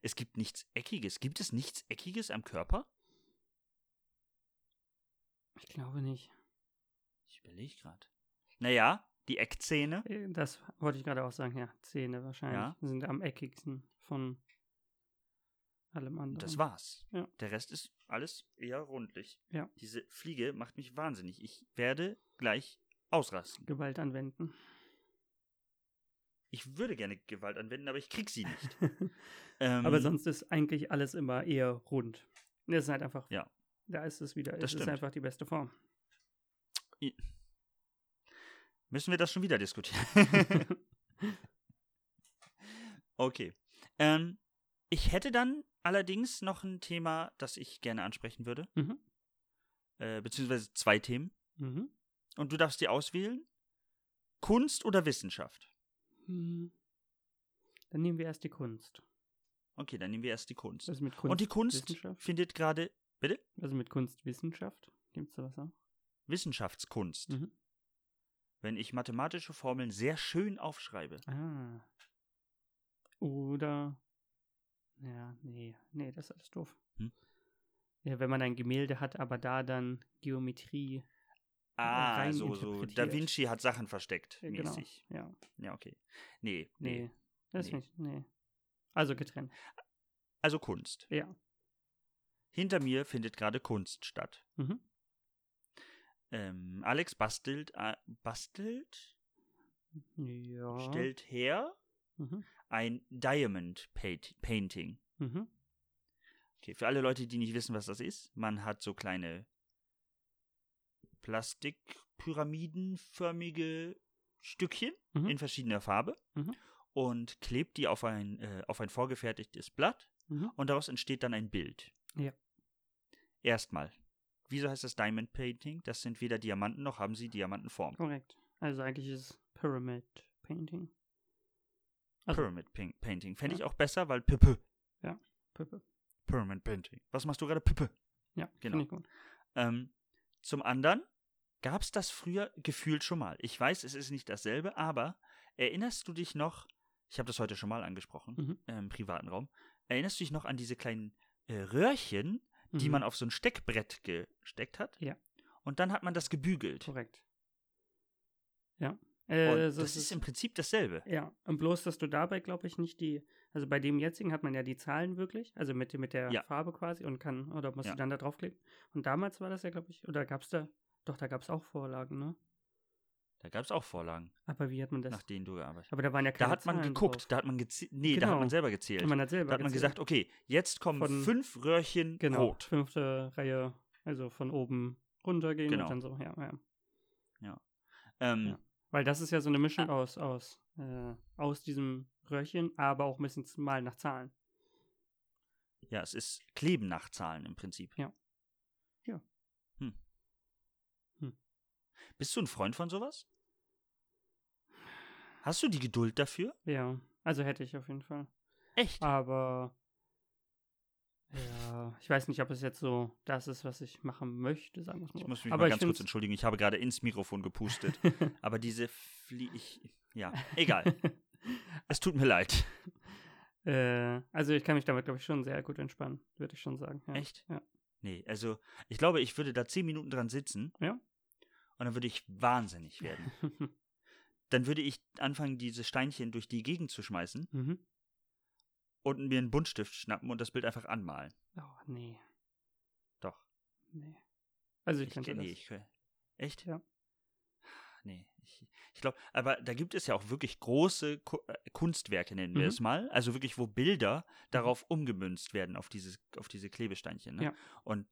Es gibt nichts Eckiges. Gibt es nichts Eckiges am Körper? Ich glaube nicht. Ich überlege gerade. Naja, die Eckzähne. Äh, Das wollte ich gerade auch sagen, ja. Zähne wahrscheinlich sind am eckigsten von allem anderen. Das war's. Ähm, Ja. Der Rest ist alles eher rundlich. Ja. Diese Fliege macht mich wahnsinnig. Ich werde gleich ausrasten. Gewalt anwenden. Ich würde gerne Gewalt anwenden, aber ich krieg sie nicht. Ähm, Aber sonst ist eigentlich alles immer eher rund. Das ist halt einfach. Ja. Da ist es wieder. Das Das ist stimmt. einfach die beste Form. müssen wir das schon wieder diskutieren. okay. Ähm, ich hätte dann allerdings noch ein Thema, das ich gerne ansprechen würde. Mhm. Äh, beziehungsweise zwei Themen. Mhm. Und du darfst die auswählen. Kunst oder Wissenschaft? Hm. Dann nehmen wir erst die Kunst. Okay, dann nehmen wir erst die Kunst. Was ist mit Also Kunst? Und die Kunst Wissenschaft? findet gerade Was ist mit Kunstwissenschaft? Gibt es da was auch? Wissenschaftskunst. Mhm. Wenn ich mathematische Formeln sehr schön aufschreibe. Ah. Oder. Ja, nee, nee, das ist alles doof. Hm? Ja, wenn man ein Gemälde hat, aber da dann Geometrie. Ah, rein so, so. Da interpretiert. Vinci hat Sachen versteckt, Ja, genau. mäßig. Ja, Ja, okay. Nee, nee. nee. Das nee. nicht, nee. Also getrennt. Also Kunst. Ja. Hinter mir findet gerade Kunst statt. Mhm. Ähm, Alex bastelt, äh, bastelt, Ja. stellt her Mhm. ein Diamond Paint Painting. Mhm. Okay, für alle Leute, die nicht wissen, was das ist, man hat so kleine Plastikpyramidenförmige Stückchen Mhm. in verschiedener Farbe Mhm. und klebt die auf ein, äh, auf ein vorgefertigtes Blatt Mhm. und daraus entsteht dann ein Bild. Ja. Erstmal. Wieso heißt das Diamond Painting? Das sind weder Diamanten noch haben sie Diamantenform. Korrekt. Also eigentlich ist es Pyramid Painting. Also- Pyramid Pin- Painting. Fände ich auch besser, weil Pippe. Pippe. Pyramid Painting. Was machst du gerade? Pippe. Ja, Genau. finde ich gut. Ähm, zum anderen gab es das früher gefühlt schon mal. Ich weiß, es ist nicht dasselbe, aber erinnerst du dich noch, ich habe das heute schon mal angesprochen, Mhm. äh, im privaten Raum, erinnerst du dich noch an diese kleinen äh, Röhrchen, die Mhm. man auf so ein Steckbrett gesteckt hat? Ja. Und dann hat man das gebügelt. Korrekt. Ja. Äh, Und also das es ist im Prinzip dasselbe. Ja, und bloß, dass du dabei, glaube ich, nicht die, also bei dem jetzigen hat man ja die Zahlen wirklich, also mit, dem- mit der Ja. Farbe quasi und kann, oder musst Ja. du dann da draufklicken. Und damals war das ja, glaube ich, oder gab es da, doch, da gab es auch Vorlagen, ne? Da gab es auch Vorlagen, Aber wie hat man das? nach denen du gearbeitet hast. Aber da waren ja Da keine hat man Zahlen geguckt, drauf. da hat man gezählt. Nee, da Genau. hat man selber gezählt. Und man hat selber da hat man gezählt. gesagt, okay, jetzt kommen Von- fünf Röhrchen genau, rot. fünfte Reihe, also von oben runter gehen Genau. und dann so, ja, ja. Ähm, Ja. Weil das ist ja so eine Mischung Ah. aus, aus, äh, aus diesem Röhrchen, aber auch ein bisschen z- mal nach Zahlen. Ja, es ist Kleben nach Zahlen im Prinzip. Ja. Ja. Hm. Hm. Bist du ein Freund von sowas? Hast du die Geduld dafür? Ah, Ja, also hätte ich auf jeden Fall. Echt? Aber ja, ich weiß nicht, ob es jetzt so das ist, was ich machen möchte, sagen wir es mal. Ich so. muss mich Aber mal ich ganz kurz find's- entschuldigen, ich habe gerade ins Mikrofon gepustet. aber diese Flie... Ich, ja, egal. es tut mir leid. äh, also ich kann mich damit, glaube ich, schon sehr gut entspannen, würde ich schon sagen. Ja. Echt? Ja. Nee, also ich glaube, ich würde da zehn Minuten dran sitzen. Ja. Und dann würde ich wahnsinnig werden. Dann würde ich anfangen, diese Steinchen durch die Gegend zu schmeißen mhm. und mir einen Buntstift schnappen und das Bild einfach anmalen. Oh, nee, Doch. nee. Also ich, Ich, könnte kenn- nee, das. ich, kenn- echt? Ja. Nee, ich, ich glaube, aber da gibt es ja auch wirklich große Ku äh, Kunstwerke, nennen wir Mhm. es mal. Also wirklich, wo Bilder darauf umgemünzt werden, auf, dieses, auf diese Klebesteinchen. Ne? Ja. Und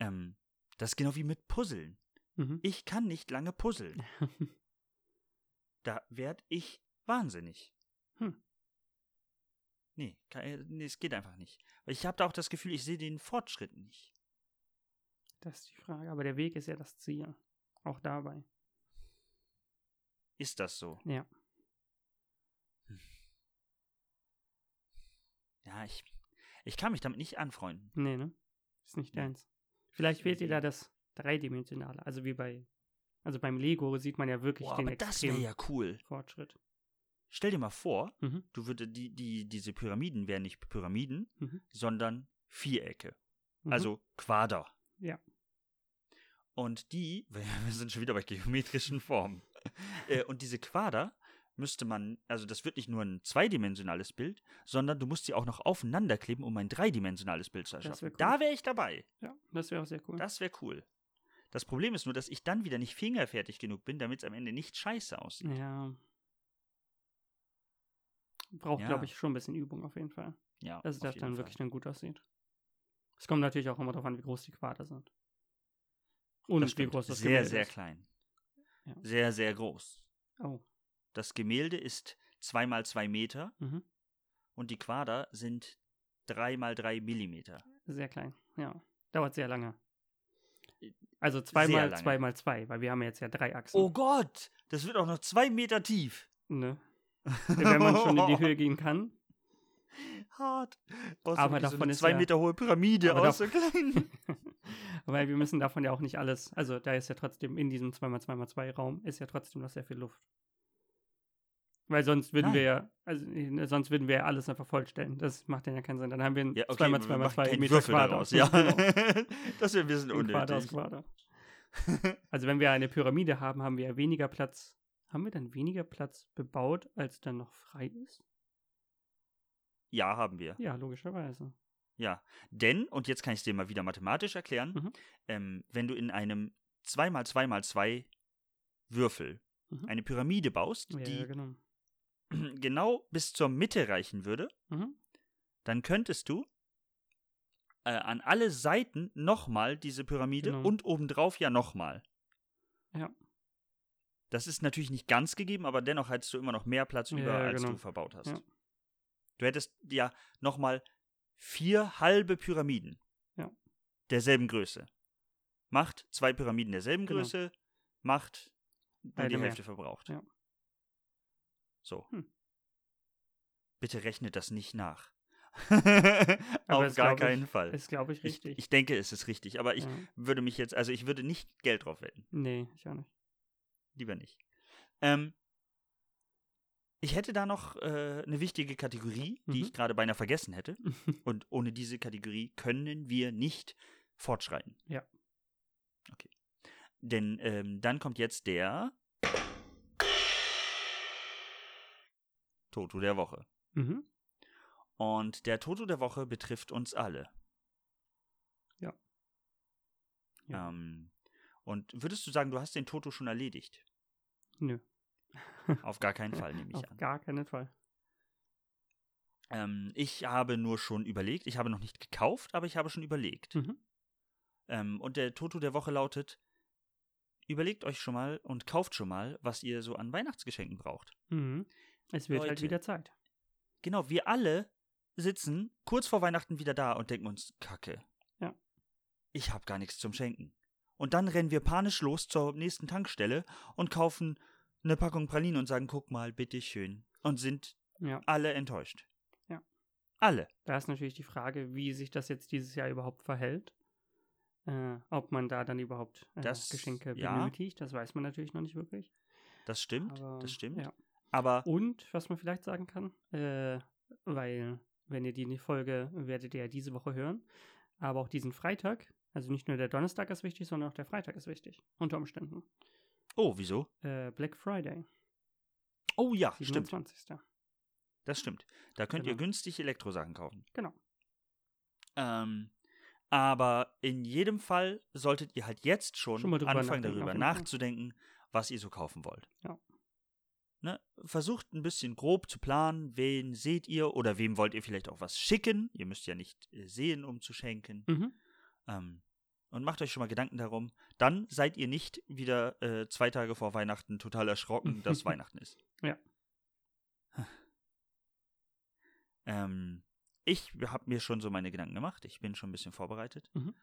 ähm, das ist genau wie mit Puzzeln. Mhm. Ich kann nicht lange puzzeln. da werd ich wahnsinnig. Hm. Nee, kann, äh, nee, es geht einfach nicht. Weil Ich habe da auch das Gefühl, ich sehe den Fortschritt nicht. Das ist die Frage. Aber der Weg ist ja das Ziel. Auch dabei. Ist das so? Ja. Hm. Ja, ich, ich kann mich damit nicht anfreunden. Nee, ne? Ist nicht Nee. deins. Vielleicht fehlt dir da Irgendwie- das Dreidimensionale. Also wie bei, also beim Lego sieht man ja wirklich Boah, den aber das wäre extremen ja cool. Fortschritt. Stell dir mal vor, Mhm. du würdest die, die, diese Pyramiden wären nicht Pyramiden, Mhm. sondern Vierecke. Mhm. Also Quader. Ja. Und die, wir sind schon wieder bei geometrischen Formen. Äh, Und diese Quader müsste man, also das wird nicht nur ein zweidimensionales Bild, sondern du musst sie auch noch aufeinander kleben, um ein dreidimensionales Bild zu Das wär erschaffen. cool. Da wäre ich dabei. Ja, das wäre auch sehr cool. Das wäre cool. Das Problem ist nur, dass ich dann wieder nicht fingerfertig genug bin, damit es am Ende nicht scheiße aussieht. ja. Braucht, Ja. glaube ich, schon ein bisschen Übung auf jeden Fall. Ja, Dass auf das jeden Also dann Fall. wirklich dann gut aussieht. Es kommt natürlich auch immer darauf an, wie groß die Quader sind. Und das wie stimmt. groß das Sehr, Gemälde sehr ist. klein. Ja. Sehr, sehr groß. Oh. Das Gemälde ist zwei mal zwei Meter Mhm. und die Quader sind drei mal drei Millimeter. Sehr klein, ja. Dauert sehr lange. Also zweimal, lange. zweimal zwei, weil wir haben ja jetzt ja drei Achsen. Oh Gott, das wird auch noch zwei Meter tief. Ne? Wenn man schon in die Höhe gehen kann. Hart. Aus Aber so davon eine ist zwei ja- Meter hohe Pyramide Aber aus so kleinen. Weil wir müssen davon ja auch nicht alles, also da ist ja trotzdem in diesem 2x2x2 Raum ist ja trotzdem noch sehr viel Luft. Weil sonst würden wir ja, also äh, sonst würden wir ja alles einfach vollstellen. Das macht dann ja keinen Sinn. Dann haben wir ein Ja, okay, wir machen 2x2x2 keinen Meter Würfel Quadrat. daraus. Ja, das wäre ein bisschen Ein Quader aus unnötig. Quader. Also wenn wir eine Pyramide haben, haben wir ja weniger Platz. Haben wir dann weniger Platz bebaut, als dann noch frei ist? Ja, haben wir. Ja, logischerweise. Ja, denn, und jetzt kann ich es dir mal wieder mathematisch erklären, Mhm. ähm, wenn du in einem 2 mal 2 mal 2 Würfel Mhm. eine Pyramide baust, Ja, ja, die genau. genau bis zur Mitte reichen würde, Mhm. dann könntest du äh, an alle Seiten nochmal diese Pyramide Genau. und obendrauf ja nochmal. Ja. Das ist natürlich nicht ganz gegeben, aber dennoch hättest du immer noch mehr Platz Ja, über, ja, als genau. du verbaut hast. Ja. Du hättest ja nochmal vier halbe Pyramiden Ja. derselben Größe. Macht zwei Pyramiden derselben Genau. Größe, macht nur Beide die mehr. Hälfte verbraucht. Ja. So. Hm. Bitte rechnet das nicht nach. Aber Auf das gar glaub ich, keinen Fall. Ist, glaube ich, ich, richtig. ich denke, es ist richtig, aber ich ja. würde mich jetzt, also ich würde nicht Geld drauf wetten. Nee, ich auch nicht. Lieber nicht. Ähm, ich hätte da noch äh, eine wichtige Kategorie, die Mhm. ich gerade beinahe vergessen hätte. Und ohne diese Kategorie können wir nicht fortschreiten. Ja. Okay. Denn ähm, dann kommt jetzt der Toto der Woche. mhm. Und der Toto der Woche betrifft uns alle. Ja. Ja. Ähm, und würdest du sagen, du hast den Toto schon erledigt? Nö. Auf gar keinen Fall, nehme ich Auf an. gar keinen Fall. Ähm, ich habe nur schon überlegt. Ich habe noch nicht gekauft, aber ich habe schon überlegt. Mhm. Ähm, und der Toto der Woche lautet: Überlegt euch schon mal und kauft schon mal, was ihr so an Weihnachtsgeschenken braucht. Mhm. Es wird halt Leute. wieder Zeit. Genau, wir alle sitzen kurz vor Weihnachten wieder da und denken uns, Kacke. Ja. Ich habe gar nichts zum Schenken. Und dann rennen wir panisch los zur nächsten Tankstelle und kaufen eine Packung Pralinen und sagen, guck mal, bitte schön. Und sind Ja. alle enttäuscht. Ja. Alle. Da ist natürlich die Frage, wie sich das jetzt dieses Jahr überhaupt verhält. Äh, ob man da dann überhaupt äh, Das- Geschenke ja. benötigt, das weiß man natürlich noch nicht wirklich. Das stimmt, Aber, das stimmt. Ja. Aber Und was man vielleicht sagen kann, äh, weil, wenn ihr die ne-, Folge werdet ihr ja diese Woche hören, aber auch diesen Freitag, also nicht nur der Donnerstag ist wichtig, sondern auch der Freitag ist wichtig, unter Umständen. oh, wieso? Äh, Black Friday, Oh ja, stimmt. 27. Das stimmt. Da könnt ihr Genau. günstig Elektrosachen kaufen. Genau. Ähm, aber in jedem Fall solltet ihr halt jetzt schon, Schon mal drüber anfangen, nachdenken, darüber auf jeden Fall. nachzudenken, was ihr so kaufen wollt. Ja. Ne? Versucht ein bisschen grob zu planen, wen seht ihr oder wem wollt ihr vielleicht auch was schicken. Ihr müsst ja nicht äh, sehen, um zu schenken. Mhm. Ähm, und macht euch schon mal Gedanken darum. Dann seid ihr nicht wieder äh, zwei Tage vor Weihnachten total erschrocken, dass Weihnachten ist. Ja. Ähm, ich habe mir schon so meine Gedanken gemacht. Ich bin schon ein bisschen vorbereitet. Mhm.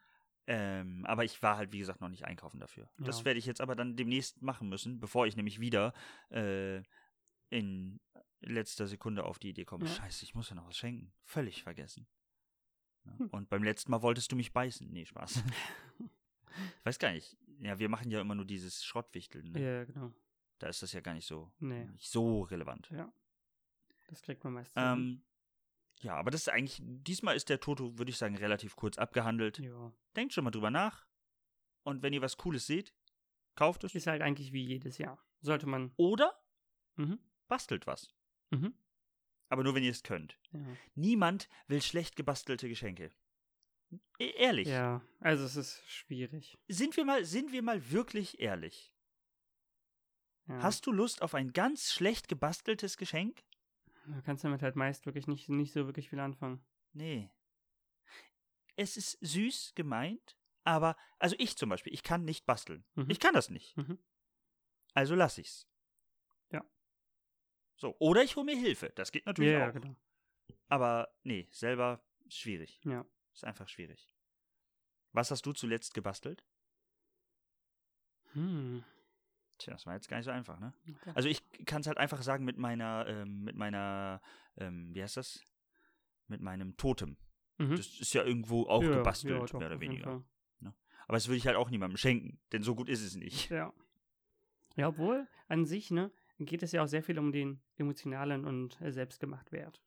Ähm, aber ich war halt, wie gesagt, noch nicht einkaufen dafür. Das Ja. werde ich jetzt aber dann demnächst machen müssen, bevor ich nämlich wieder äh, in letzter Sekunde auf die Idee komme: Ja. Scheiße, ich muss ja noch was schenken. Völlig vergessen. Ja. Hm. Und beim letzten Mal wolltest du mich beißen. Nee, Spaß. ich weiß gar nicht. Ja, wir machen ja immer nur dieses Schrottwichteln. Ne? Ja, genau. Da ist das ja gar nicht so, Nee, nicht so relevant. Ja. das kriegt man meistens. Ähm, ja, aber das ist eigentlich, diesmal ist der Toto, würde ich sagen, relativ kurz abgehandelt. ja. Denkt schon mal drüber nach. Und wenn ihr was Cooles seht, kauft es. Ist halt eigentlich wie jedes Jahr. Sollte man. Oder Mhm. bastelt was. Mhm. Aber nur, wenn ihr es könnt. Ja. Niemand will schlecht gebastelte Geschenke. E ehrlich. ja, also es ist schwierig. Sind wir mal, sind wir mal wirklich ehrlich. Ja. Hast du Lust auf ein ganz schlecht gebasteltes Geschenk? Du kannst damit halt meist wirklich nicht, nicht so wirklich viel anfangen. Nee. Es ist süß gemeint, aber, also ich zum Beispiel, ich kann nicht basteln. Mhm. Ich kann das nicht. Mhm. Also lass ich's. Ja. So, oder ich hole mir Hilfe. Das geht natürlich ja, auch. genau. Aber nee, selber ist schwierig. Ja. Ist einfach schwierig. Was hast du zuletzt gebastelt? Hm. Tja, das war jetzt gar nicht so einfach, ne? Okay. Also ich kann es halt einfach sagen mit meiner, ähm, mit meiner, ähm, wie heißt das? Mit meinem Totem. Mhm. Das ist ja irgendwo auch Ja, ja, gebastelt, doch, mehr oder auf jeden weniger. Fall. Aber das würde ich halt auch niemandem schenken, denn so gut ist es nicht. Ja. Ja, obwohl an sich, ne, geht es ja auch sehr viel um den emotionalen und äh, selbstgemacht Wert.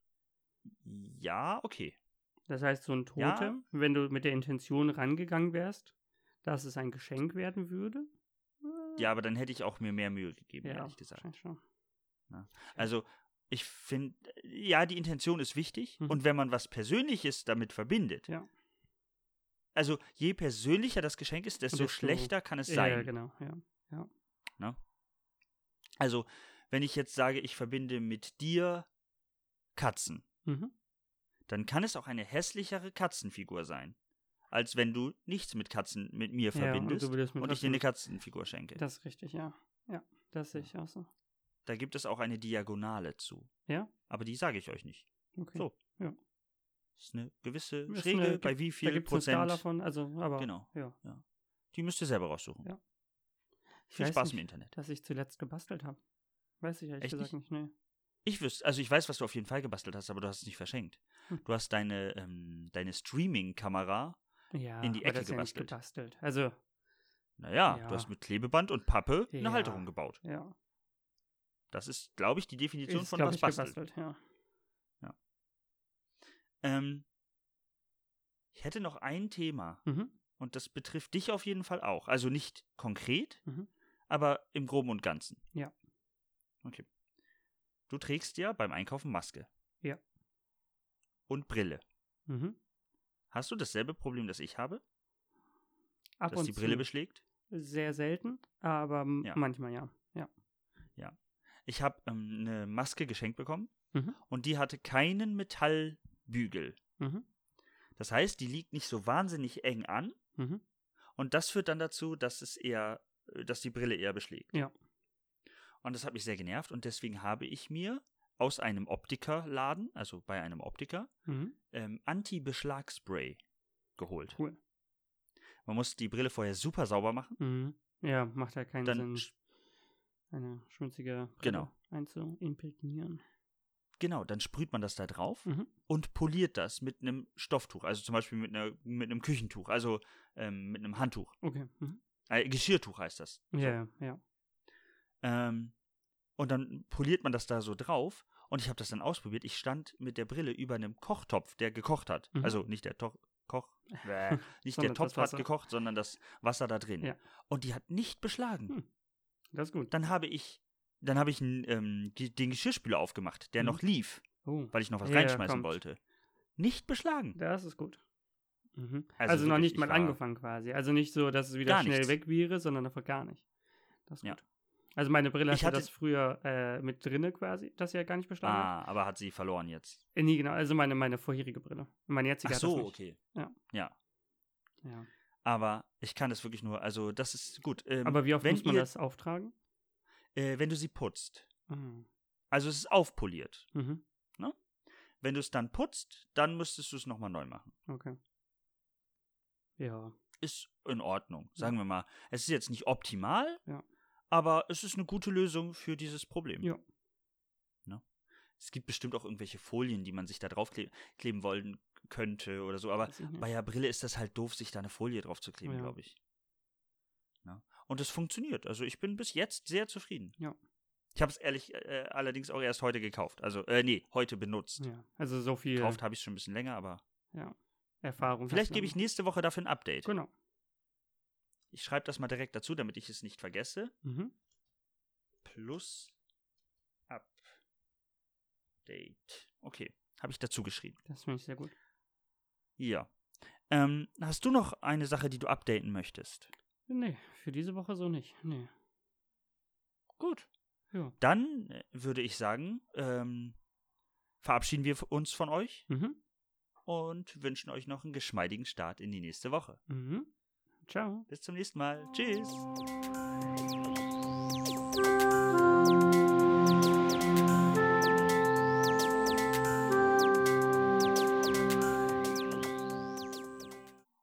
Ja, okay. Das heißt, so ein Ja. Totem, wenn du mit der Intention rangegangen wärst, dass es ein Geschenk werden würde. äh, Ja, aber dann hätte ich auch mir mehr Mühe gegeben, ja, ehrlich gesagt. wahrscheinlich schon. Also, ich finde, ja, die Intention ist wichtig. Mhm. Und wenn man was Persönliches damit verbindet, Ja. also je persönlicher das Geschenk ist, desto Desto- schlechter kann es Ja, sein. genau, ja. Also, wenn ich jetzt sage, ich verbinde mit dir Katzen, Mhm. Äh, dann kann es auch eine hässlichere Katzenfigur sein, als wenn du nichts mit Katzen mit mir verbindest ja, und, du würdest und, mir ich dir trotzdem- eine Katzenfigur schenke. Das ist richtig, ja. Ja, das sehe ich auch so. Da gibt es auch eine Diagonale zu. Ja? Aber die sage ich euch nicht. Okay. So, Das ist eine gewisse Regel, eine- bei wie da viel gibt es eine Skala Prozent. von, also, aber Genau. ja. Die müsst ihr selber raussuchen. Ja. Ich Viel weiß Spaß nicht, im Internet. dass ich zuletzt gebastelt habe. Weiß ich ehrlich Echt gesagt nicht, nee. Ich wüsste, also ich weiß, was du auf jeden Fall gebastelt hast, aber du hast es nicht verschenkt. Hm. Du hast deine, ähm, deine Streaming-Kamera, Ja, In die aber Ecke das ist ja nicht gebastelt. Also, naja, Ja. du hast mit Klebeband und Pappe eine Ja. Halterung gebaut. ja. Das ist, glaube ich, die Definition Ist, von glaub was ich, bastelt. gebastelt, ja. Ähm, ich hätte noch ein Thema Mhm. und das betrifft dich auf jeden Fall auch. Also nicht konkret, Mhm. aber im Groben und Ganzen. Ja. Okay. Du trägst ja beim Einkaufen Maske. Ja. Und Brille. Mhm. Hast du dasselbe Problem, das ich habe? Ab dass und die Brille zu. beschlägt? Sehr selten, aber m- Ja. manchmal ja. Ja. Ich habe ähm, eine Maske geschenkt bekommen Mhm. und die hatte keinen Metallbügel. Mhm. Das heißt, die liegt nicht so wahnsinnig eng an Mhm. und das führt dann dazu, dass es eher, äh, dass die Brille eher beschlägt. Ja. Und das hat mich sehr genervt und deswegen habe ich mir aus einem Optikerladen, also bei einem Optiker, Mhm. ähm, Anti-Beschlagspray geholt. Cool. Man muss die Brille vorher super sauber machen, Mhm. Ja, macht ja keinen dann Sinn, eine schmutzige Brille Genau. einzuimprägnieren. Genau, dann sprüht man das da drauf Mhm. und poliert das mit einem Stofftuch, also zum Beispiel mit, einer, mit einem Küchentuch, also ähm, mit einem Handtuch. Okay. Mhm. Äh, Geschirrtuch heißt das. Ja, ja, ja. Ähm, und dann poliert man das da so drauf und ich habe das dann ausprobiert. Ich stand mit der Brille über einem Kochtopf, der gekocht hat. Mhm. Also nicht der Toch Koch, bäh, nicht der Sondern das Topf hat Wasser. gekocht, sondern das Wasser da drin. Ja. Und die hat nicht beschlagen. Hm. Das ist gut. Dann habe ich, dann habe ich n- ähm, die, den Geschirrspüler aufgemacht, der Mhm. noch lief, Oh. weil ich noch was Ja, ja, reinschmeißen kommt. wollte. Nicht beschlagen. Das ist gut. Mhm. Also Also, noch wirklich, nicht ich mal war- angefangen quasi. Also nicht so, dass es wieder Gar schnell nichts. weg wäre, sondern einfach gar nicht. Das ist Ja. gut. Also meine Brille Ich hatte, hatte- das früher äh, mit drinne quasi, dass sie ja gar nicht beschlagen hat. Ah, aber hat sie verloren jetzt. Äh, nee, genau. Also meine, meine vorherige Brille. Meine jetzige Ach hat das so, nicht. okay. Ja. Aber ich kann das wirklich nur, also das ist gut. Ähm, Aber wie oft wenn muss man ihr, das auftragen? Äh, wenn du sie putzt, Mhm. also es ist aufpoliert. Mhm. Wenn du es dann putzt, dann müsstest du es nochmal neu machen. Okay. Ja. Ist in Ordnung, sagen wir mal. Es ist jetzt nicht optimal, Ja. aber es ist eine gute Lösung für dieses Problem. Ja. Ne? Es gibt bestimmt auch irgendwelche Folien, die man sich da draufkleben kleben wollen könnte oder so, aber weiß ich nicht. bei der Brille ist das halt doof, sich da eine Folie drauf zu kleben, Ja. glaube ich. Ne? Und es funktioniert. Also ich bin bis jetzt sehr zufrieden. Ja. Ich habe es ehrlich äh, allerdings auch erst heute gekauft. Also, äh, nee, heute benutzt. ja. Also so viel Gekauft habe ich es schon ein bisschen länger, aber Erfahrung. vielleicht hast du gebe ich noch. nächste Woche dafür ein Update. Genau. Ich schreibe das mal direkt dazu, damit ich es nicht vergesse. Mhm. Plus Update. Okay, habe ich dazu geschrieben. Das finde ich sehr gut. Ja. Ähm, hast du noch eine Sache, die du updaten möchtest? Nee, für diese Woche so nicht. Nee. Gut. Ja. Dann äh, würde ich sagen, ähm, verabschieden wir f- uns von euch Mhm. und wünschen euch noch einen 嗯 geschmeidigen Start in die nächste Woche. Mhm. Ciao. Bis zum nächsten Mal. Tschüss.